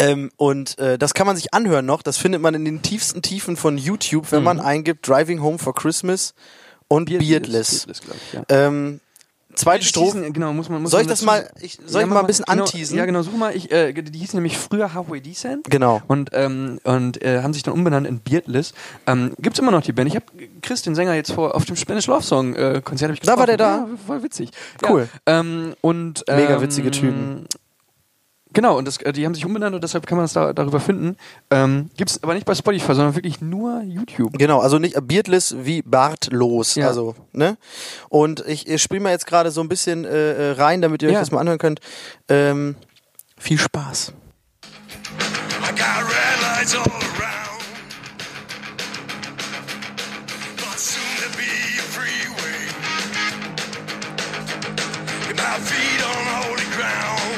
S3: Ähm, und äh, das kann man sich anhören noch. Das findet man in den tiefsten Tiefen von YouTube, wenn
S2: Mhm.
S3: man eingibt Driving Home for Christmas und Beardless.
S2: Beardless, glaub ich, ja.
S3: Ähm, zweite Strophe.
S2: Teasen, genau, muss man, muss
S3: Soll ich
S2: man
S3: das
S2: dazu-
S3: mal- ich- soll ich
S2: mach
S3: mal ein bisschen
S2: genau,
S3: anteasen?
S2: Ja, genau, such mal. Ich, äh, die hießen nämlich früher Halfway Decent.
S3: Genau.
S2: Und, ähm, und äh, haben sich dann umbenannt in Beardless. Ähm, gibt's immer noch die Band. Ich habe Chris, den Sänger, jetzt vor auf dem Spanish Love Song äh, Konzert hab ich
S3: Da war
S2: getroffen.
S3: der da?
S2: Ja, voll witzig.
S3: Cool.
S2: Ja, ähm, und, ähm,
S3: Mega witzige Typen.
S2: Genau, und das, äh, die haben sich umbenannt und deshalb kann man das da, darüber finden. Ähm, gibt's aber nicht bei Spotify, sondern wirklich nur YouTube.
S3: Genau, also nicht äh, beardless wie bartlos.
S2: Ja.
S3: Also, ne? Und ich, ich spiele mal jetzt gerade so ein bisschen äh, äh, rein, damit ihr euch
S2: Ja.
S3: das mal anhören könnt. Ähm, viel Spaß.
S1: I got red lights all around. But soon there'll be a freeway. With my feet on holy ground.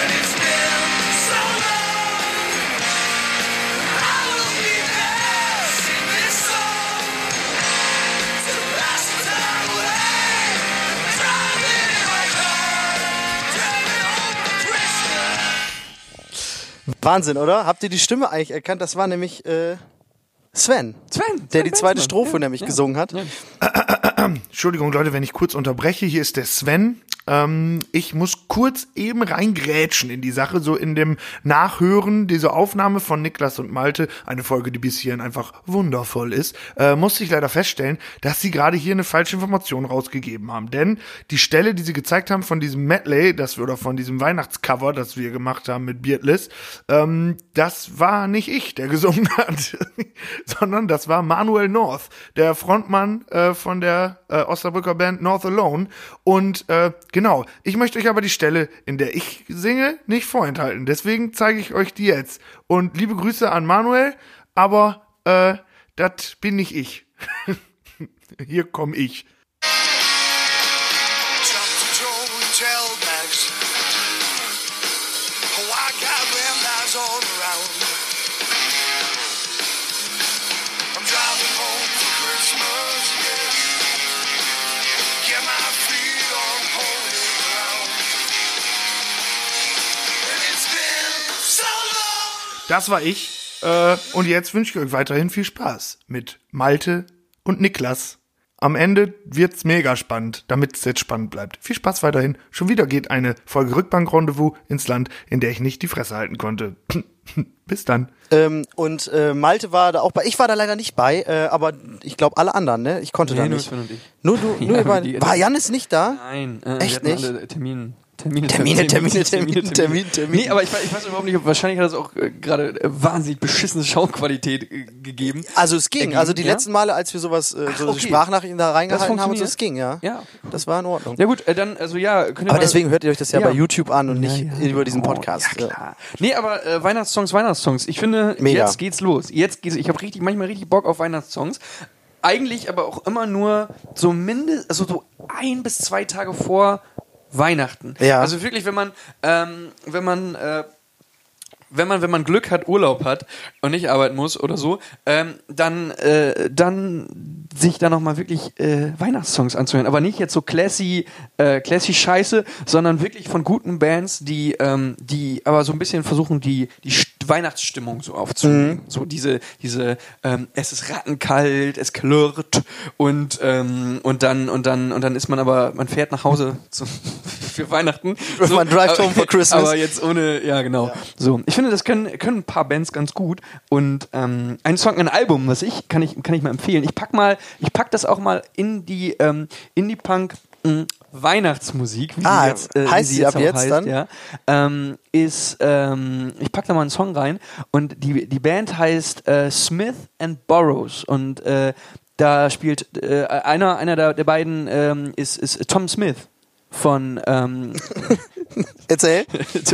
S1: And it's been so long. I will be there. Sing this song. To pass the time away. Driving in my car. Driving home for Christmas.
S3: Wahnsinn, oder? Habt ihr die Stimme eigentlich erkannt? Das war nämlich äh, Sven.
S2: Sven,
S3: Der
S2: Sven
S3: die zweite
S2: Benzmann.
S3: Strophe
S2: Ja,
S3: nämlich
S2: ja.
S3: gesungen hat.
S5: Entschuldigung, Leute, wenn ich kurz unterbreche. Hier ist der Sven. Ähm, ich muss kurz eben reingrätschen in die Sache, so in dem Nachhören dieser Aufnahme von Niklas und Malte, eine Folge, die bis hierhin einfach wundervoll ist, äh, musste ich leider feststellen, dass sie gerade hier eine falsche Information rausgegeben haben. Denn die Stelle, die sie gezeigt haben von diesem Medley, das wir, oder von diesem Weihnachtscover, das wir gemacht haben mit Beardless, ähm, das war nicht ich, der gesungen hat, sondern das war Manuel North, der Frontmann äh, von der äh, Osnabrücker Band North Alone. Und äh, genau, ich möchte euch aber die Stelle, in der ich singe, nicht vorenthalten. Deswegen zeige ich euch die jetzt. Und liebe Grüße an Manuel, aber äh, das bin nicht ich. Hier komm ich.
S1: Top to toe in tail bags. Oh, I got red eyes all around. I'm driving home for Christmas, yeah. Get my feet on holy ground. And it's been so long.
S5: Das war ich. Äh, und jetzt wünsche ich euch weiterhin viel Spaß mit Malte und Niklas. Am Ende wird's mega spannend, damit es jetzt spannend bleibt. Viel Spaß weiterhin. Schon wieder geht eine Folge Rückbank-Rendezvous ins Land, in der ich nicht die Fresse halten konnte. Bis dann.
S3: Ähm, und äh, Malte war da auch bei. Ich war da leider nicht bei, äh, aber ich glaube alle anderen, ne? Ich konnte da
S2: nur
S3: nicht.
S2: Sven und ich.
S3: Nur du, nur
S2: Ja,
S3: ihr beiden.
S2: die-
S3: War Jan ist nicht da?
S2: Nein, äh,
S3: Echt
S2: wir hatten
S3: nicht?
S2: Alle Termin, Termine,
S3: Termine, Termine, Termine, Termine, Termine.
S2: Nee, aber ich, weiß- ich weiß überhaupt nicht, ob- wahrscheinlich hat das auch äh, gerade äh, wahnsinnig beschissene Schauqualität äh, gegeben.
S3: Also es ging.
S2: Ergeben,
S3: also die
S2: ja?
S3: letzten Male, als wir sowas, äh, so
S2: okay.
S3: Sprachnachrichten da reingehalten haben, und so,
S2: funktioniert?
S3: das ging, ja.
S2: Ja.
S3: Das war in Ordnung.
S2: Ja gut, äh, dann, also ja, könnt ihr
S3: Aber
S2: mal-
S3: deswegen hört ihr euch das ja,
S2: Ja.
S3: bei YouTube an und nicht
S2: Ja, ja,
S3: über diesen
S2: genau.
S3: Podcast.
S2: Ja,
S3: Ja.
S2: klar. Nee, aber äh, Weihnachtssongs, Weihnachtssongs. Ich finde,
S3: Mega.
S2: jetzt geht's los. Jetzt geht's. Ich habe richtig, manchmal richtig Bock auf Weihnachtssongs. Eigentlich aber auch immer nur so mindest, also so ein bis zwei Tage vor Weihnachten.
S3: Ja.
S2: Also wirklich, wenn man, ähm, wenn man äh, wenn man, wenn man Glück hat, Urlaub hat und nicht arbeiten muss oder so, ähm, dann, äh, dann sich da nochmal wirklich äh, Weihnachtssongs anzuhören. Aber nicht jetzt so classy, äh, classy Scheiße, sondern wirklich von guten Bands, die, ähm, die aber so ein bisschen versuchen, die, die St- Weihnachtsstimmung so
S3: Mhm.
S2: aufzunehmen. So diese, diese, ähm, es ist rattenkalt, es klirrt und, ähm, und dann, und dann, und dann ist man aber, man fährt nach Hause zum, für Weihnachten. So,
S3: Man drives home for Christmas.
S2: Aber jetzt ohne, ja genau. So, ich finde, das können, können ein paar Bands ganz gut und ähm, ein Song, ein Album, was ich kann ich kann ich mal empfehlen. Ich pack mal, ich pack das auch mal in die ähm, Indie Punk mh, Weihnachtsmusik, wie äh,
S3: Ah,
S2: wie
S3: heißt sie ab
S2: auch
S3: jetzt dann?
S2: Ja, ähm, ist ähm, ich pack da mal einen Song rein und die die Band heißt äh, Smith and Burroughs und äh, da spielt äh, einer, einer der, der beiden ähm, ist, ist Tom Smith. von ähm,
S3: Äh, Erzähl.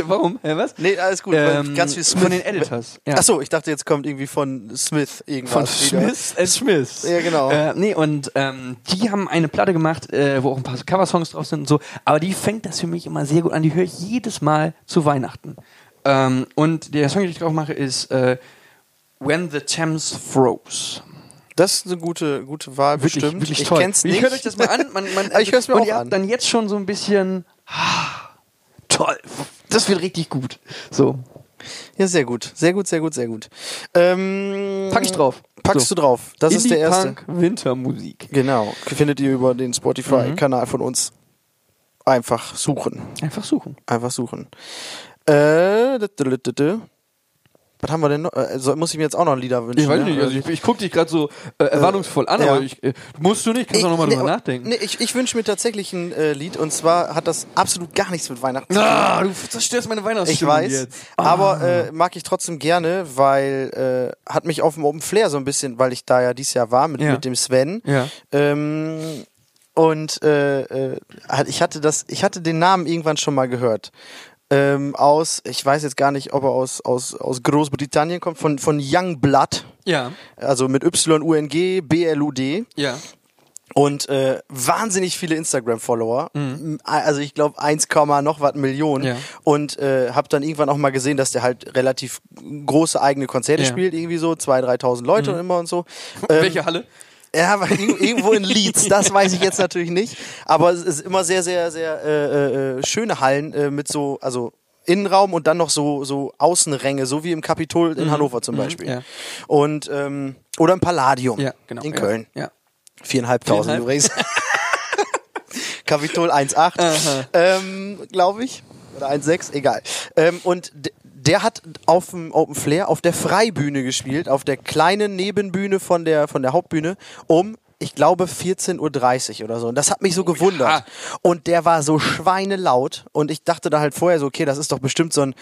S2: warum? Hä, was?
S3: Nee, alles gut. weil
S2: Ähm,
S3: ganz viel Smith.
S2: Von den Editors. Ja.
S3: Achso, ich dachte, jetzt kommt irgendwie von Smith
S2: Von
S3: irgendwas. wieder.
S2: Smith and Smith.
S3: Ja, genau.
S2: Äh, nee, und ähm, die haben eine Platte gemacht, äh, wo auch ein paar Coversongs drauf sind und so. Aber die fängt das für mich immer sehr gut an. Die höre ich jedes Mal zu Weihnachten. Ähm, und der Song, den ich drauf mache, ist äh, When the Thames Froze.
S3: Das ist eine gute, gute Wahl, bestimmt. ich kenn's nicht.
S2: Ich höre euch das mal an. Man, man,
S3: Aber ich hör's mir
S2: und
S3: auch
S2: ihr
S3: an.
S2: habt dann jetzt schon so ein bisschen. ah, Toll. Das wird richtig gut. So,
S3: Ja, sehr gut. Sehr gut, sehr gut, sehr gut. Ähm,
S2: pack ich drauf.
S3: Packst
S2: so.
S3: du drauf. Das ist der erste.
S2: Punk Wintermusik.
S3: Genau. Findet ihr über den
S6: Mhm.
S3: Spotify-Kanal von uns. Einfach suchen.
S2: Einfach suchen.
S3: Einfach suchen. Äh, dü- dü- dü- dü. was haben wir denn noch? Äh, so- muss ich mir jetzt auch noch Lieder wünschen?
S6: Ich weiß
S3: ne?
S6: nicht, also ich, ich gucke dich gerade so äh, erwartungsvoll an,
S3: ja.
S6: aber ich, äh, musst du nicht, kannst du nochmal
S3: nee,
S6: drüber
S3: aber-
S6: nachdenken.
S3: Nee, ich ich wünsche mir tatsächlich ein äh, Lied und zwar hat das absolut gar nichts mit Weihnachten zu tun.
S6: Ah, du zerstörst meine Weihnachtsstimmung
S3: Ich weiß,
S6: jetzt. Ah.
S3: aber äh, mag ich trotzdem gerne, weil äh, hat mich auf dem Open Flair so ein bisschen, weil ich da ja dieses Jahr war mit,
S6: Ja.
S3: mit dem Sven.
S6: Ja.
S3: Ähm, und äh, äh, hat- ich hatte das, ich hatte den Namen irgendwann schon mal gehört. Ähm, aus, ich weiß jetzt gar nicht, ob er aus, aus, aus Großbritannien kommt, von, von Young Blood,
S6: Ja,
S3: also mit Y-U-N-G, B-L-U-D
S6: ja.
S3: und äh, wahnsinnig viele Instagram-Follower. Also ich glaube 1, Komma noch was Millionen.
S6: Mhm. Ja.
S3: Und äh, habe dann irgendwann auch mal gesehen, dass der halt relativ große eigene Konzerte
S6: Ja. Mhm.
S3: spielt, irgendwie so 2.000, 3.000 Leute und immer und so.
S2: Ähm,
S6: Welche Halle?
S3: Ja, aber ir- irgendwo in Leeds, das weiß ich jetzt natürlich nicht. Aber es ist immer sehr, sehr, sehr äh, äh, äh, schöne Hallen äh, mit so, also Innenraum und dann noch so, so Außenränge, so wie im Kapitol in Hannover zum Beispiel.
S6: Mhm. ja.
S3: Und ähm, oder im Palladium
S6: Ja, genau.
S3: in
S6: ja,
S3: Köln.
S6: Ja.
S3: Viereinhalbtausend übrigens. Kapitol 1,8, ähm, glaube ich. Oder 1,6, egal. Ähm, und d- der hat auf dem Open Flair auf der Freibühne gespielt, auf der kleinen Nebenbühne von der, von der Hauptbühne, um, ich glaube, 14.30 Uhr oder so. Und das hat mich so gewundert. Und der war so schweinelaut. Und ich dachte da halt vorher so, okay, das ist doch bestimmt so ein,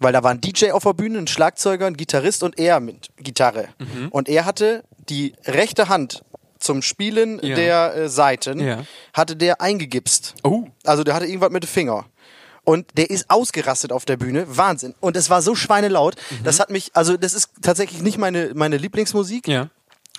S3: weil da war ein DJ auf der Bühne, ein Schlagzeuger, ein Gitarrist und er mit Gitarre. Und er hatte die rechte Hand zum Spielen der äh, Seiten
S6: Ja.
S3: hatte der eingegipst.
S6: Oh.
S3: Also der hatte irgendwas mit dem Finger. Und der ist ausgerastet auf der Bühne. Wahnsinn. Und es war so schweinelaut.
S6: Mhm.
S3: Das hat mich, also das ist tatsächlich nicht meine, meine Lieblingsmusik.
S6: Ja.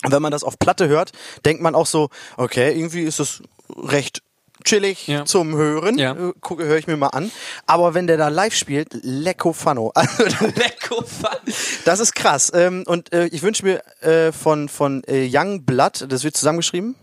S3: Und wenn man das auf Platte hört, denkt man auch so, okay, irgendwie ist das recht chillig
S6: Ja.
S3: zum Hören.
S6: Ja.
S3: Äh, Gucke, höre ich mir mal an. Aber wenn der da live spielt, lecko Fano. Also,
S6: Lecko Pfanne.
S3: das ist krass. Ähm, und äh, ich wünsche mir äh, von, von äh, Young Blood, das wird zusammengeschrieben,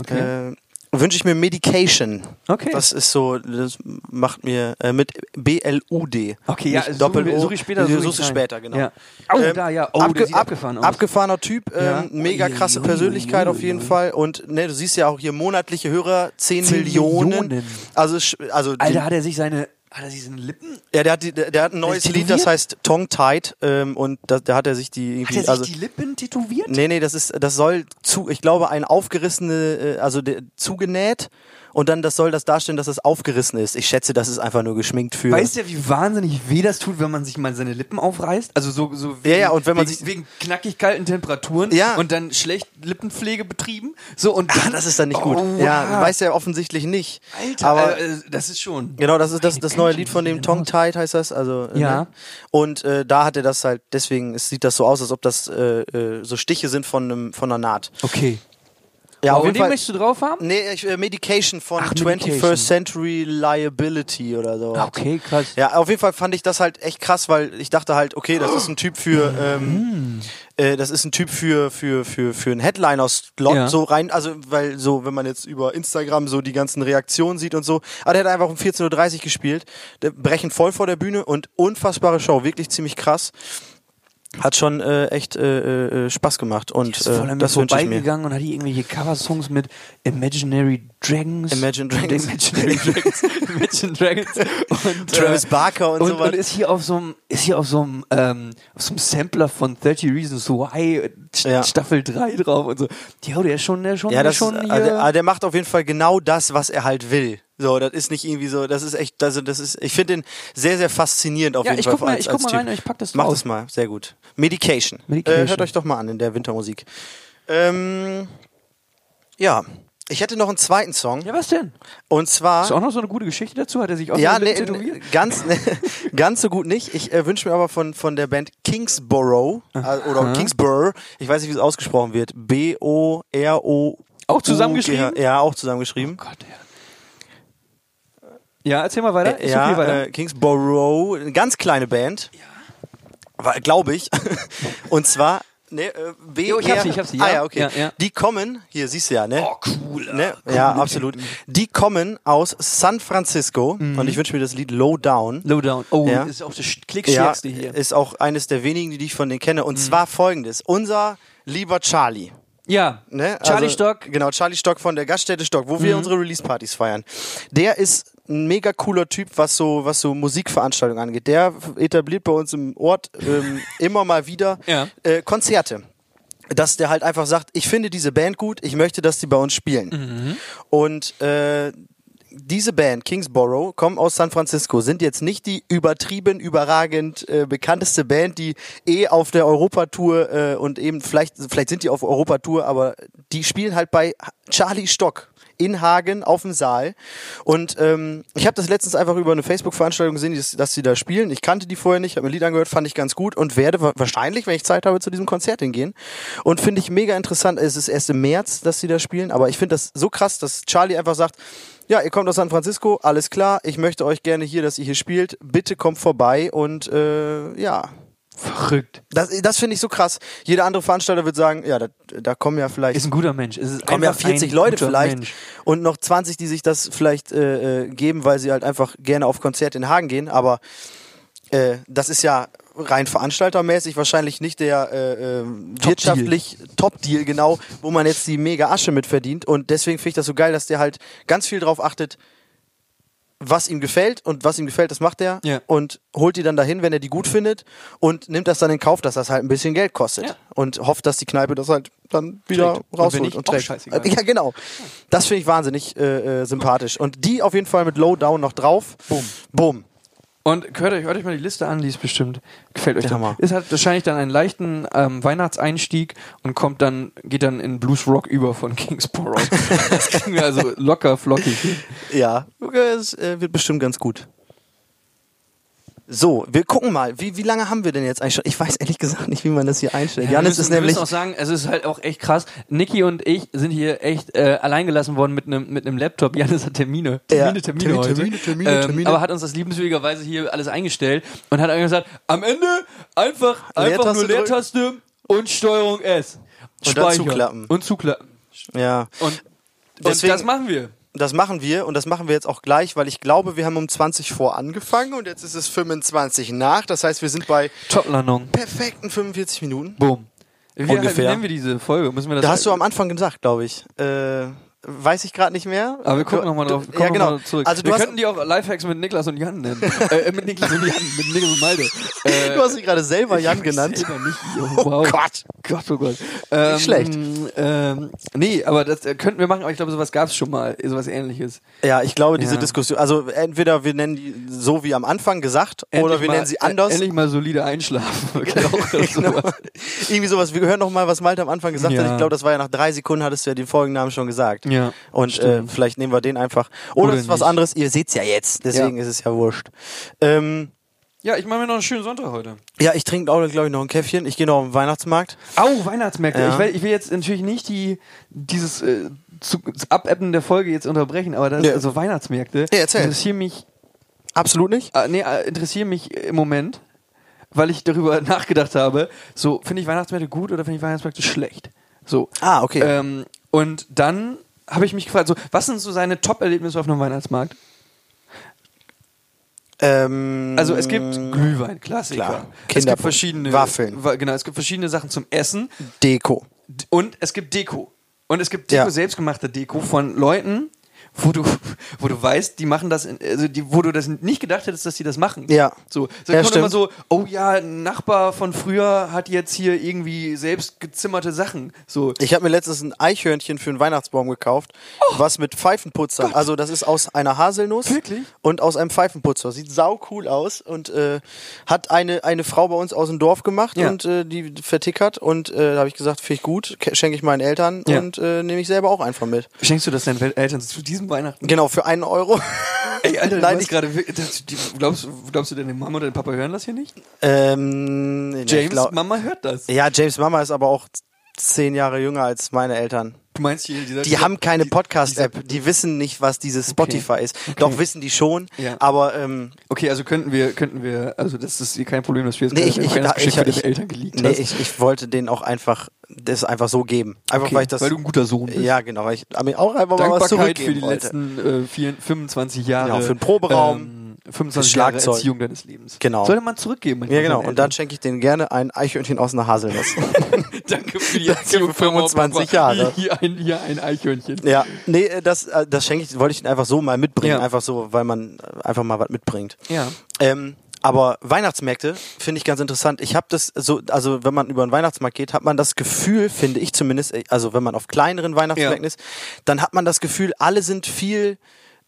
S2: Okay.
S3: äh, wünsche ich mir Medication.
S2: Okay.
S3: Das ist so, das macht mir äh, mit BLUD.
S2: Okay, ja,
S3: Nicht
S2: suchen
S3: Doppel
S2: wir-
S3: O.
S2: suche ich später,
S3: Du
S2: suche
S3: suchst
S2: ich
S3: es
S2: rein.
S3: später, genau.
S2: Ja. Au,
S6: Ähm,
S2: da, ja. Oh, der sieht abgefahren aus.
S3: Abgefahrener Typ, ähm,
S2: Ja.
S3: mega
S2: Ui,
S3: krasse
S2: ui,
S3: Persönlichkeit
S2: ui,
S3: auf jeden Fall. Und ne, du siehst ja auch hier monatliche Hörer, 10, Millionen.
S2: Millionen.
S3: Also, sch- also
S2: Alter, hat er sich seine. Hat er sich seine Lippen?
S3: ja, der hat, die, der, der hat ein neues
S2: tätowiert?
S3: Lied, das heißt Tongue Tied. Ähm, und da, da hat er sich die irgendwie.
S2: Hat er sich
S3: also,
S2: die Lippen tätowiert?
S3: Nee, nee, das ist, das soll zu, ich glaube, ein aufgerissene, äh, also de, zugenäht und dann das soll das darstellen, dass es aufgerissen ist. Ich schätze, das ist einfach nur geschminkt für.
S2: Weißt du, wie wahnsinnig weh das tut, wenn man sich mal seine Lippen aufreißt? Also so, so wegen,
S3: ja, und wenn man
S2: wegen,
S3: sich-
S2: wegen knackig kalten Temperaturen
S3: Ja.
S2: und dann schlecht Lippenpflege betrieben. So und
S3: Ah, das ist dann nicht gut.
S2: Oh,
S3: ja,
S2: wow.
S3: weiß ja offensichtlich nicht.
S2: Alter,
S3: aber
S2: äh, das ist schon.
S3: genau, das ist das, das neue
S2: Menschen
S3: Lied von dem
S2: sehen
S3: Tongue
S2: aus.
S3: Tied heißt das. Also äh,
S2: Ja.
S3: Ne? Und äh, da hat er das halt. Deswegen es sieht das so aus, als ob das äh, äh, so Stiche sind von einem von einer Naht.
S2: Okay.
S3: Ja,
S2: Aber den möchtest du drauf haben?
S3: Nee, ich, äh, Medication von
S2: Ach,
S3: 21st
S2: Medication.
S3: Century Liability oder so.
S2: Okay, krass.
S3: Ja, auf jeden Fall fand ich das halt echt krass, weil ich dachte halt, okay, das ist ein Typ für,
S2: Mm.
S3: ähm, äh, das ist ein Typ für für für für einen Headliner-Slot
S2: Ja.
S3: so rein, also weil so, wenn man jetzt über Instagram so die ganzen Reaktionen sieht und so, aber der hat einfach um 14:30 Uhr gespielt, der brechen voll vor der Bühne und unfassbare Show, wirklich ziemlich krass. Hat schon äh, echt äh, äh, Spaß gemacht und
S2: Ist voll
S3: äh,
S2: an mir
S3: das wünsche ich mir.
S2: vorbeigegangen und hat die irgendwelche Coversongs mit Imaginary Dragons.
S3: Imagine
S2: und
S3: Dragons.
S2: Imaginary Dragons. Imagine Dragons. Und, äh,
S3: Travis Barker und
S2: und,
S3: sowas.
S2: und ist hier auf so einem, ist hier auf so einem, ähm, auf so einem Sampler von 30 Reasons Why äh, St-
S3: Ja.
S2: Staffel 3 drauf und so. Ja, der ist schon, der ist schon,
S3: Ja,
S2: der
S3: das
S2: ist schon
S3: ist,
S2: hier.
S3: ah, der, ah, der macht auf jeden Fall genau das, was er halt will. So, das ist nicht irgendwie so, das ist echt, also das ist, ich finde den sehr, sehr faszinierend auf
S2: Ja,
S3: jeden
S2: ich
S3: Fall.
S2: guck mal-
S3: als-
S2: ich guck
S3: als
S2: mal
S3: Typ.
S2: rein und ich pack das
S3: Mach
S2: drauf.
S3: das mal, sehr gut. Medication.
S2: Medication.
S3: Äh, hört euch doch mal an in der Wintermusik. Ähm, ja, Ich hätte noch einen zweiten Song.
S2: Ja, was denn?
S3: Und zwar.
S2: Ist auch noch so eine gute Geschichte dazu? Hat er sich auch
S3: Ja,
S2: so
S3: nee, äh,
S2: ein Leben tätowiert?
S3: ganz, nee, ganz so gut nicht. Ich äh, wünsche mir aber von, von der Band Kingsborough äh, oder Kingsborough, ich weiß nicht, wie es ausgesprochen wird. B-O-R-O.
S2: Auch zusammengeschrieben? Oh
S3: Ja, auch zusammengeschrieben.
S2: Gott, ja. ja, erzähl mal weiter. Ich such
S3: ja,
S2: hier weiter.
S3: äh, Kingsborough, eine ganz kleine Band. Ja. Glaube ich. Und zwar. Nee, äh, B
S2: Jo, ich hab sie, ich hab sie, ja.
S3: Ah ja, okay.
S2: Ja, ja.
S3: Die kommen, hier siehst du ja, ne?
S6: Oh, cool.
S3: Ne? Ja, absolut. Die kommen aus San Francisco
S2: Mhm.
S3: und ich wünsche mir das Lied Low Down.
S2: Lowdown. Oh,
S3: Ja. äh,
S2: ist auch das sch- klickstärkste hier. Mhm.
S3: Ist auch eines der wenigen, die ich von denen kenne. Und zwar folgendes: Unser lieber Charlie.
S2: Ja.
S3: Ne?
S2: Charlie
S3: also,
S2: Stock. Mhm.
S3: Genau, Charlie Stock von der Gaststätte Stock, wo wir unsere Release-Partys feiern. Der ist ein mega cooler Typ, was so, was so Musikveranstaltungen angeht. Der f- etabliert bei uns im Ort ähm, immer mal wieder
S2: Ja.
S3: äh, Konzerte. Dass der halt einfach sagt, ich finde diese Band gut, ich möchte, dass die bei uns spielen. Und äh, diese Band, Kingsborough, kommen aus San Francisco, sind jetzt nicht die übertrieben, überragend äh, bekannteste Band, die eh auf der Europatour äh, und eben vielleicht, vielleicht sind die auf Europatour, aber die spielen halt bei Charlie Stock in Hagen auf dem Saal. Und ähm, ich habe das letztens einfach über eine Facebook-Veranstaltung gesehen, dass, dass sie da spielen. Ich kannte die vorher nicht, habe mir ein Lied angehört, fand ich ganz gut und werde wa- wahrscheinlich, wenn ich Zeit habe, zu diesem Konzert hingehen. Und finde ich mega interessant. Es ist erst im März, dass sie da spielen, aber ich finde das so krass, dass Charlie einfach sagt, ja, ihr kommt aus San Francisco, alles klar, ich möchte euch gerne hier, dass ihr hier spielt. Bitte kommt vorbei und äh, ja.
S2: Verrückt.
S3: Das, das finde ich so krass. Jeder andere Veranstalter wird sagen, ja, da, da kommen ja vielleicht
S2: Ist ein guter Mensch. Es ist
S3: kommen ja
S2: einfach ein
S3: 40 Leute
S2: guter
S3: vielleicht
S2: Mensch.
S3: und noch 20, die sich das vielleicht äh, äh, geben, weil sie halt einfach gerne auf Konzerte in Hagen gehen. Aber äh, das ist ja rein veranstaltermäßig wahrscheinlich nicht der äh, äh, wirtschaftlich Top-Deal, genau, wo man jetzt die mega Asche mit verdient. Und deswegen finde ich das so geil, dass der halt ganz viel drauf achtet, was ihm gefällt und was ihm gefällt, das macht er
S2: Ja.
S3: und holt die dann dahin, wenn er die gut findet und nimmt das dann in Kauf, dass das halt ein bisschen Geld kostet
S2: Ja.
S3: und hofft, dass die Kneipe das halt dann wieder
S2: Trägt. Und wenn
S3: rausholt und,
S2: nicht, auch
S3: trägt.
S2: scheißegal.
S3: Ja, genau. Das finde ich wahnsinnig äh, äh, sympathisch. Und die auf jeden Fall mit Low Down noch drauf. Boom. Boom.
S2: Und hört euch, hört euch mal die Liste an, die ist bestimmt, gefällt euch
S3: Der
S2: dann.
S3: Hammer.
S2: Es hat wahrscheinlich dann einen leichten ähm, Weihnachtseinstieg und kommt dann, geht dann in Blues Rock über von Kingsborough. das kriegen wir also locker flockig. hin.
S3: Ja. Okay, Es äh, wird bestimmt ganz gut. So, wir gucken mal, wie, wie lange haben wir denn jetzt eigentlich schon? Ich weiß ehrlich gesagt nicht, wie man das hier einstellt.
S2: Ja, wir
S3: Janis
S2: müssen,
S3: ist
S2: wir
S3: nämlich
S2: müssen auch sagen, es ist halt auch echt krass. Niki und ich sind hier echt äh, alleingelassen worden mit einem mit einem Laptop. Janis hat Termine,
S3: Ja.
S2: Termine, Termine,
S3: Termine,
S2: heute. Ähm,
S3: Termine, Termine, Termine.
S2: Aber hat uns das liebenswürdigerweise hier alles eingestellt und hat einfach gesagt: Am Ende einfach einfach
S3: Leertaste
S2: nur
S3: drücken.
S2: Leertaste und Steuerung S
S3: Und dann zuklappen.
S2: und zuklappen.
S3: ja.
S2: Und, und
S3: Deswegen-
S2: das machen wir.
S3: Das machen wir und das machen wir jetzt auch gleich, weil ich glaube, wir haben um 20 vor angefangen und jetzt ist es 25 nach. Das heißt, wir sind bei
S2: Top-Landung.
S3: perfekten 45 Minuten.
S2: Boom. Wie, wie
S3: Ungefähr.
S2: nennen wir diese Folge? Müssen wir das
S3: Da hast du am Anfang gesagt, glaube ich. Äh, weiß ich gerade nicht mehr.
S2: aber wir gucken
S3: Du-
S2: nochmal
S3: du-
S2: drauf.
S3: Ja,
S2: kommen noch
S3: genau.
S2: mal zurück.
S3: Also du
S2: wir
S3: hast,
S2: könnten die auch Lifehacks mit Niklas und Jan nennen. äh, mit Niklas und Jan, mit Niklas und Malde. Äh,
S3: du hast dich gerade selber Jan genannt.
S2: selber nicht.
S3: Oh
S2: wow.
S3: Gott.
S2: Gott, oh Gott. Ähm,
S3: schlecht.
S2: Ähm, nee, aber das äh, könnten wir machen, aber ich glaube, sowas gab es schon mal, äh, sowas ähnliches.
S3: Ja, ich glaube, diese
S2: Ja.
S3: Diskussion, also entweder wir nennen die so wie am Anfang gesagt oder
S2: Endlich
S3: wir
S2: mal-
S3: nennen sie anders.
S2: Äh, endlich mal solide einschlafen. genau, oder
S3: Genau.
S2: sowas.
S3: Irgendwie sowas. Wir hören noch mal, was Malte am Anfang gesagt
S2: Ja.
S3: hat. Ich glaube, das war ja nach drei Sekunden, hattest du ja den Folgennamen schon gesagt.
S2: Ja,
S3: Und äh,
S2: stimmt.
S3: vielleicht nehmen wir den einfach. Oder,
S2: Oder
S3: es ist was
S2: nicht.
S3: anderes. Ihr seht's ja jetzt. Deswegen ist es ja wurscht. Ähm,
S6: Ja, ich mache mir noch einen schönen Sonntag heute.
S3: ja, ich trinke auch, glaube ich, noch ein Käffchen. Ich gehe noch auf den Weihnachtsmarkt.
S2: Au, Weihnachtsmärkte.
S3: Ja.
S2: Ich, will, ich will jetzt natürlich nicht die, dieses äh, zu, das Abebben der Folge jetzt unterbrechen, aber das
S3: Ja.
S2: also Weihnachtsmärkte
S3: Ja, erzähl.
S2: interessieren mich,
S3: Absolut nicht.
S2: äh, nee, äh, interessieren mich im Moment, weil ich darüber nachgedacht habe, so, finde ich Weihnachtsmärkte gut oder finde ich Weihnachtsmärkte schlecht? So.
S3: Ah, okay.
S2: Ähm, und dann habe ich mich gefragt, so, was sind so seine Top-Erlebnisse auf einem Weihnachtsmarkt?
S3: Ähm,
S2: Also es gibt Glühwein, Klassiker.
S3: Klar.
S2: Es
S3: Kinderpunsch,
S2: gibt verschiedene
S3: Waffeln.
S2: Wa- Genau, es gibt verschiedene Sachen zum Essen.
S3: Deko.
S2: D- und es gibt Deko. Und es gibt Deko,
S3: Ja.
S2: selbstgemachte Deko von Leuten, wo du, wo du weißt, die machen das, in, also die, wo du das nicht gedacht hättest, dass die das machen.
S3: Ja.
S2: So, so
S3: Ja,
S2: kommt immer
S3: stimmt.
S2: so, oh ja, ein Nachbar von früher hat jetzt hier irgendwie selbst gezimmerte Sachen. So,
S3: Ich habe mir letztens ein Eichhörnchen für einen Weihnachtsbaum gekauft,
S2: Oh.
S3: was mit Pfeifenputzer. Also das ist aus einer Haselnuss
S2: Wirklich?
S3: und aus einem Pfeifenputzer. Sieht sau cool aus und äh, hat eine eine Frau bei uns aus dem Dorf gemacht
S2: Ja.
S3: und äh, die vertickert und äh, da habe ich gesagt, finde ich gut, ke- schenke ich meinen Eltern
S2: Ja.
S3: und äh, nehme ich selber auch einfach mit.
S2: schenkst du das deinen Wel- Eltern zu diesem Weihnachten?
S3: Genau für einen Euro.
S2: Ey, Alter, du
S3: Nein,
S2: weißt
S3: ich-
S2: gerade, wirklich- das- die- glaubst, glaubst du, deine Mama oder dein Papa hören das hier nicht?
S3: ähm, nee, ich
S2: James,
S3: glaub-
S2: Mama hört das.
S3: ja, James Mama ist aber auch zehn Jahre jünger als meine Eltern.
S2: Du meinst hier, dieser,
S3: Die
S2: dieser-
S3: haben keine
S2: die-
S3: Podcast-App, die wissen nicht, was dieses Spotify ist. Doch wissen die schon,
S2: Ja.
S3: aber ähm,
S2: Okay, also könnten wir, könnten wir, also das ist hier kein Problem, dass wir jetzt
S3: nee, ich,
S2: keine
S3: ich, ich,
S2: Weihnachtsgeschenke
S3: ich,
S2: deinen Eltern geleakt
S3: nee,
S2: hast.
S3: ich, ich wollte denen auch einfach das einfach so geben. Einfach
S2: Okay,
S3: weil ich das.
S2: weil du ein guter Sohn bist.
S3: Ja, genau, weil ich mir auch einfach mal
S2: Dankbarkeit
S3: was
S2: für
S3: zurückgeben
S2: die
S3: wollte.
S2: letzten äh, vier, 25 Jahre.
S3: Genau, für den Proberaum,
S2: Ähm, 25 Jahre
S3: Schlagzeug.
S2: Erziehung deines Lebens.
S3: Genau.
S2: Sollte man zurückgeben.
S3: Ja, genau. Und dann schenke ich denen gerne ein Eichhörnchen aus einer Haselnuss.
S2: Danke für die
S3: Danke
S2: Erziehung.
S3: für 25 Jahre.
S2: Hier ein, hier ein Eichhörnchen.
S3: ja, nee, äh, das, äh, das schenke ich, wollte ich ihnen einfach so mal mitbringen.
S2: Ja.
S3: Einfach so, weil man äh, einfach mal was mitbringt.
S2: Ja.
S3: Ähm, aber Weihnachtsmärkte finde ich ganz interessant. Ich habe das so, also wenn man über einen Weihnachtsmarkt geht, hat man das Gefühl, finde ich zumindest, äh, also wenn man auf kleineren Weihnachtsmärkten
S2: Ja.
S3: ist, dann hat man das Gefühl, alle sind viel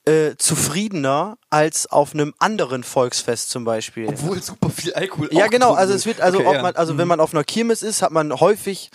S3: äh, zufriedener als auf einem anderen Volksfest zum Beispiel.
S2: Obwohl super viel Alkohol
S3: ja,
S2: auch
S3: genau.
S2: getrunken
S3: Also es wird, also
S2: Okay,
S3: ob
S2: ja. Mhm.
S3: man, also wenn man auf einer Kirmes ist, hat man häufig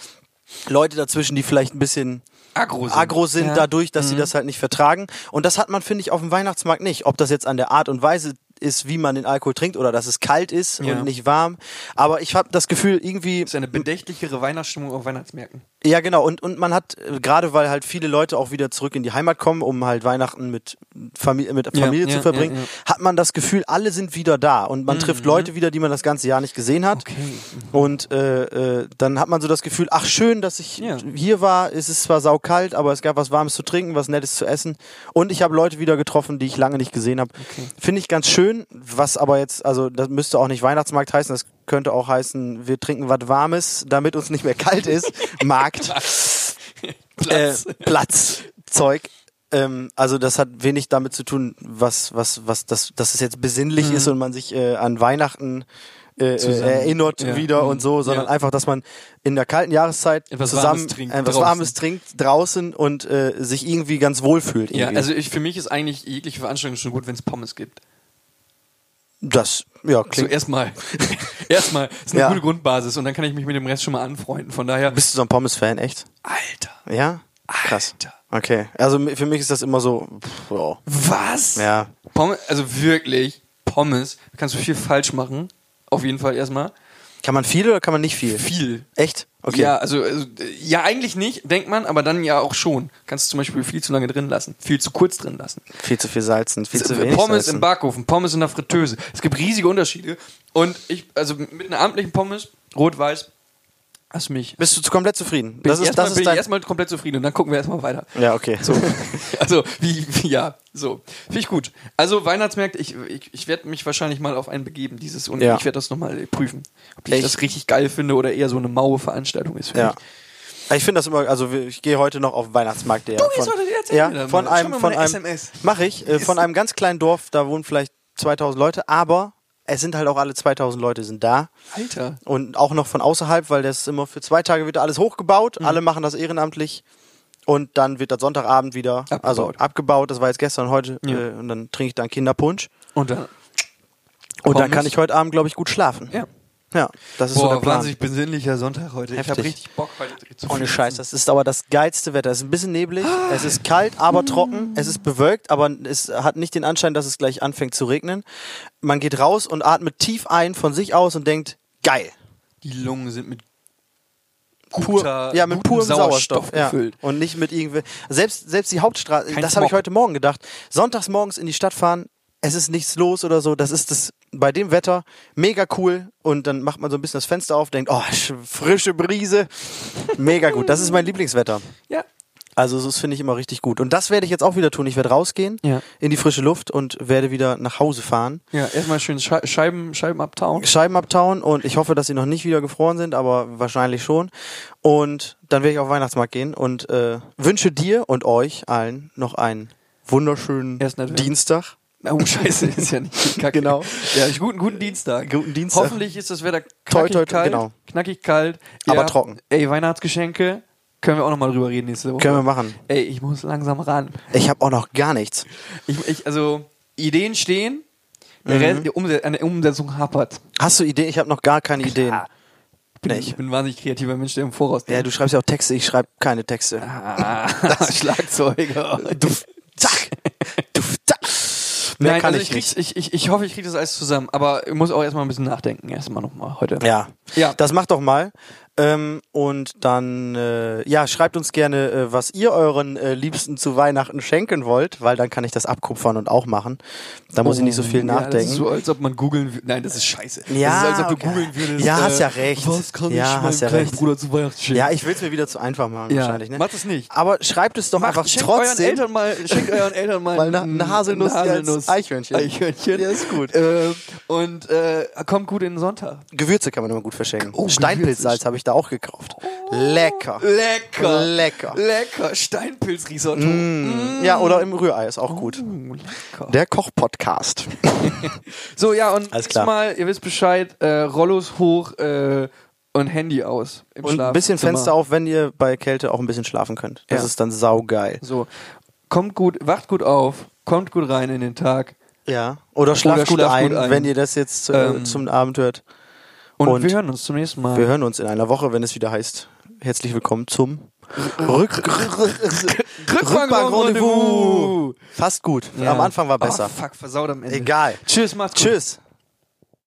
S3: Leute dazwischen, die vielleicht ein bisschen
S2: Agro sind.
S3: agro sind
S2: Ja. Mhm.
S3: dadurch, dass sie das halt nicht vertragen. Und das hat man, finde ich, auf dem Weihnachtsmarkt nicht. Ob das jetzt an der Art und Weise ist, wie man den Alkohol trinkt oder dass es kalt ist
S2: Ja.
S3: und nicht warm. Aber ich habe das Gefühl, irgendwie.
S2: Das ist eine bedächtlichere Weihnachtsstimmung auf Weihnachtsmärkten.
S3: Ja, genau. Und, und man hat, äh, gerade weil halt viele Leute auch wieder zurück in die Heimat kommen, um halt Weihnachten mit, Famili mit Familie
S2: ja,
S3: zu verbringen,
S2: ja, Mhm, ja.
S3: hat man das Gefühl, alle sind wieder da. Und man trifft Leute wieder, die man das ganze Jahr nicht gesehen hat.
S2: mhm.
S3: Und äh, äh, dann hat man so das Gefühl, ach schön, dass ich
S2: Ja.
S3: hier war. Es ist zwar saukalt, aber es gab was Warmes zu trinken, was Nettes zu essen. Und ich habe Leute wieder getroffen, die ich lange nicht gesehen habe. Finde ich ganz schön, was aber jetzt, also das müsste auch nicht Weihnachtsmarkt heißen, das könnte auch heißen, wir trinken was Warmes, damit uns nicht mehr kalt ist. Markt. Platz. Äh, Platzzeug. Ähm, also das hat wenig damit zu tun, was, was, was, das, dass es jetzt
S2: Mhm.
S3: besinnlich ist und man sich äh, an Weihnachten äh, äh, erinnert
S2: Ja. Mhm.
S3: wieder und so, sondern
S2: Ja.
S3: einfach, dass man in der kalten Jahreszeit
S2: Etwas
S3: zusammen
S2: Warmes trinkt
S3: etwas
S2: draußen.
S3: Warmes trinkt draußen und äh, sich irgendwie ganz wohl fühlt.
S2: Ja,
S3: Irgendwie.
S2: also ich, für mich ist eigentlich jegliche Veranstaltung schon gut, wenn es Pommes gibt.
S3: das ja,
S2: So
S3: klingt.
S2: erstmal. erstmal. Ist eine
S3: Ja.
S2: gute Grundbasis und dann kann ich mich mit dem Rest schon mal anfreunden. Von daher.
S3: Bist du so ein Pommes-Fan, echt?
S2: Alter.
S3: Ja? Krass.
S2: Alter.
S3: Okay. Also mi- für mich ist das immer so. Pff, wow.
S2: Was?
S3: Ja.
S2: Pommes, also wirklich, Pommes, kannst du viel falsch machen. Auf jeden Fall erstmal.
S3: Kann man viel oder kann man nicht viel?
S2: Viel.
S3: Echt? Okay.
S2: Ja, also, also äh, ja, eigentlich nicht, denkt man, aber dann ja auch schon. Kannst du zum Beispiel viel zu lange drin lassen, viel zu kurz drin lassen. Äh,
S3: Viel zu viel salzen, viel zu wenig
S2: Also Pommes
S3: salzen.
S2: im Backofen, Pommes in der Fritteuse. Es gibt riesige Unterschiede. Und ich, also mit einer amtlichen Pommes, rot-weiß, hast du mich.
S3: Bist du zu- komplett zufrieden? Das
S2: bin ich
S3: ist, das
S2: erstmal,
S3: ist
S2: bin ich
S3: dein.
S2: erstmal komplett zufrieden und dann gucken wir erstmal weiter.
S3: Ja, okay.
S2: So. Also, wie, wie ja, so. Finde ich gut. Also, Weihnachtsmärkte, ich, ich, ich werde mich wahrscheinlich mal auf einen begeben, dieses, und
S3: Ja.
S2: ich werde das nochmal prüfen. Ob ich
S3: Echt?
S2: das richtig geil finde oder eher so eine maue Veranstaltung ist für
S3: Ja.
S2: mich.
S3: Ich finde das immer, also wir- ich gehe heute noch auf den Weihnachtsmarkt, der
S2: gehst heute- erzähl mir
S3: ja,
S2: dann
S3: von
S2: mal. Schreib
S3: einem,
S2: mir mal
S3: von
S2: eine
S3: einem,
S2: SMS.
S3: mach ich, äh, von einem ganz kleinen Dorf, da wohnen vielleicht 2000 Leute, aber es sind halt auch alle 2000 Leute sind da
S2: Alter.
S3: und auch noch von außerhalb, weil das immer für zwei Tage wird da alles
S2: Mhm.
S3: hochgebaut, alle machen das ehrenamtlich und dann wird das Sonntagabend wieder, also
S2: Abgebaut.
S3: abgebaut, das war jetzt gestern, heute äh, und dann trinke ich dann Kinderpunsch
S2: Und dann,
S3: und dann
S2: Pommes.
S3: kann ich heute Abend, glaube ich, gut schlafen.
S2: ja.
S3: Ja, das ist so der
S2: Boah,
S3: Plan.
S2: wahnsinnig besinnlicher Sonntag heute. Ich
S3: Heftig.
S2: habe richtig Bock heute zu
S3: Ohne
S2: fliegen.
S3: Scheiß, das ist aber das geilste Wetter. Es ist ein bisschen neblig, es ist kalt, aber trocken, es ist bewölkt, aber es hat nicht den Anschein, dass es gleich anfängt zu regnen. Man geht raus und atmet tief ein von sich aus und denkt, geil.
S2: Die Lungen sind mit
S3: Pur,
S2: guter,
S3: ja, mit
S2: gutem
S3: purem Sauerstoff,
S2: gefüllt.
S3: Ja. Und nicht mit irgendwie. Selbst, selbst die Hauptstraße,
S2: Kein
S3: das habe ich
S2: Smog.
S3: heute Morgen gedacht. Sonntags morgens in die Stadt fahren, es ist nichts los oder so. Das ist das bei dem Wetter mega cool. Und dann macht man so ein bisschen das Fenster auf, denkt, oh, sch- frische Brise. Mega gut. Das ist mein Lieblingswetter.
S2: Ja.
S3: Also das finde ich immer richtig gut. Und das werde ich jetzt auch wieder tun. Ich werde rausgehen
S2: Ja.
S3: in die frische Luft und werde wieder nach Hause fahren.
S2: Ja, erstmal schön Schei- Scheiben, Scheiben abtauen.
S3: Scheiben abtauen und ich hoffe, dass sie noch nicht wieder gefroren sind, aber wahrscheinlich schon. Und dann werde ich auf den Weihnachtsmarkt gehen und äh, wünsche dir und euch allen noch einen wunderschönen
S2: Ersten Advent.
S3: Dienstag.
S2: Oh, scheiße, ist ja nicht kacke.
S3: Genau.
S2: Ja, ich- guten, guten Dienstag.
S3: Guten Dienstag.
S2: Hoffentlich ist das Wetter knackig
S3: Toi, toi, toi,
S2: kalt.
S3: genau.
S2: Knackig kalt.
S3: Aber trocken.
S2: Ey, Weihnachtsgeschenke. Können wir auch nochmal drüber reden nächste Woche.
S3: Können wir machen.
S2: Ey, ich muss langsam ran.
S3: Ich habe auch noch gar nichts.
S2: Ich, ich, also, Ideen stehen.
S3: Mhm.
S2: Der Rest, die Umse an der Umsetzung hapert.
S3: Hast du Ideen? Ich habe noch gar keine Ideen.
S2: Ich bin,
S3: Nee, ich-
S2: ich bin ein wahnsinnig kreativer Mensch, der im Voraus
S3: Ja,
S2: denkt.
S3: du schreibst ja auch Texte, ich schreibe keine Texte.
S2: Ah, Schlagzeuger.
S3: Duft, zack, duft, zack. Mehr
S2: Nein,
S3: kann
S2: also
S3: ich
S2: ich, krieg's,
S3: nicht.
S2: ich, ich, ich hoffe, ich kriege das alles zusammen, aber ich muss auch erstmal ein bisschen nachdenken, erstmal nochmal heute.
S3: Ja.
S2: Ja.
S3: das macht doch mal. Ähm, und dann, äh, ja, schreibt uns gerne, äh, was ihr euren äh, Liebsten zu Weihnachten schenken wollt, weil dann kann ich das abkupfern und auch machen. Da muss ich nicht so viel
S2: Oh, Ja, das
S3: nachdenken.
S2: ist so, als ob man googeln würde. Nein, das ist scheiße.
S3: Ja,
S2: das ist, als ob du
S3: okay.
S2: googeln würdest. äh,
S3: Ja, hast ja recht.
S2: Was kann
S3: Ja,
S2: ich
S3: hast
S2: meinem
S3: ja
S2: kleinen
S3: recht.
S2: Bruder zu Weihnachten schenken?
S3: ja, ich will es mir wieder zu einfach machen
S2: Ja,
S3: wahrscheinlich. Ne?
S2: macht es nicht.
S3: Aber schreibt es doch
S2: Macht,
S3: einfach
S2: schenkt
S3: trotzdem.
S2: euren Eltern mal, schenkt euren Eltern mal,
S3: Mal na- eine Haselnuss
S2: eine
S3: hier als Eichhörnchen.
S2: Eichhörnchen.
S3: Ja, ist gut.
S2: Ähm, und äh, kommt gut in den Sonntag.
S3: Gewürze kann man immer gut verschenken.
S2: Oh,
S3: Steinpilzsalz habe ich da auch gekauft. Lecker.
S2: Lecker.
S3: Lecker. Mm.
S2: Lecker. Steinpilzrisotto.
S3: Ja, oder im Rührei ist auch gut.
S2: Oh, lecker.
S3: Der Koch-Podcast.
S2: So, ja, und
S3: Alles klar.
S2: diesmal, ihr wisst Bescheid, äh, Rollos hoch äh, und Handy aus im
S3: Und ein bisschen
S2: Schlafzimmer.
S3: Fenster auf, wenn ihr bei Kälte auch ein bisschen schlafen könnt. Das
S2: Ja.
S3: ist dann saugeil.
S2: So, kommt gut, wacht gut auf, kommt gut rein in den Tag.
S3: Ja. Oder schlaft gut,
S2: schlaft
S3: ein,
S2: gut ein.
S3: wenn ihr das jetzt äh,
S2: Ähm.
S3: zum Abend hört.
S2: Und,
S3: Und-
S2: wir hören uns zum nächsten Mal.
S3: Wir hören uns in einer Woche, wenn es wieder heißt. Herzlich willkommen zum Rück Rückbank-Rendezvous. Fast gut. Am Anfang war besser.
S2: Oh, fuck, versaut am Ende.
S3: Egal.
S2: Tschüss, macht's gut.
S3: Tschüss.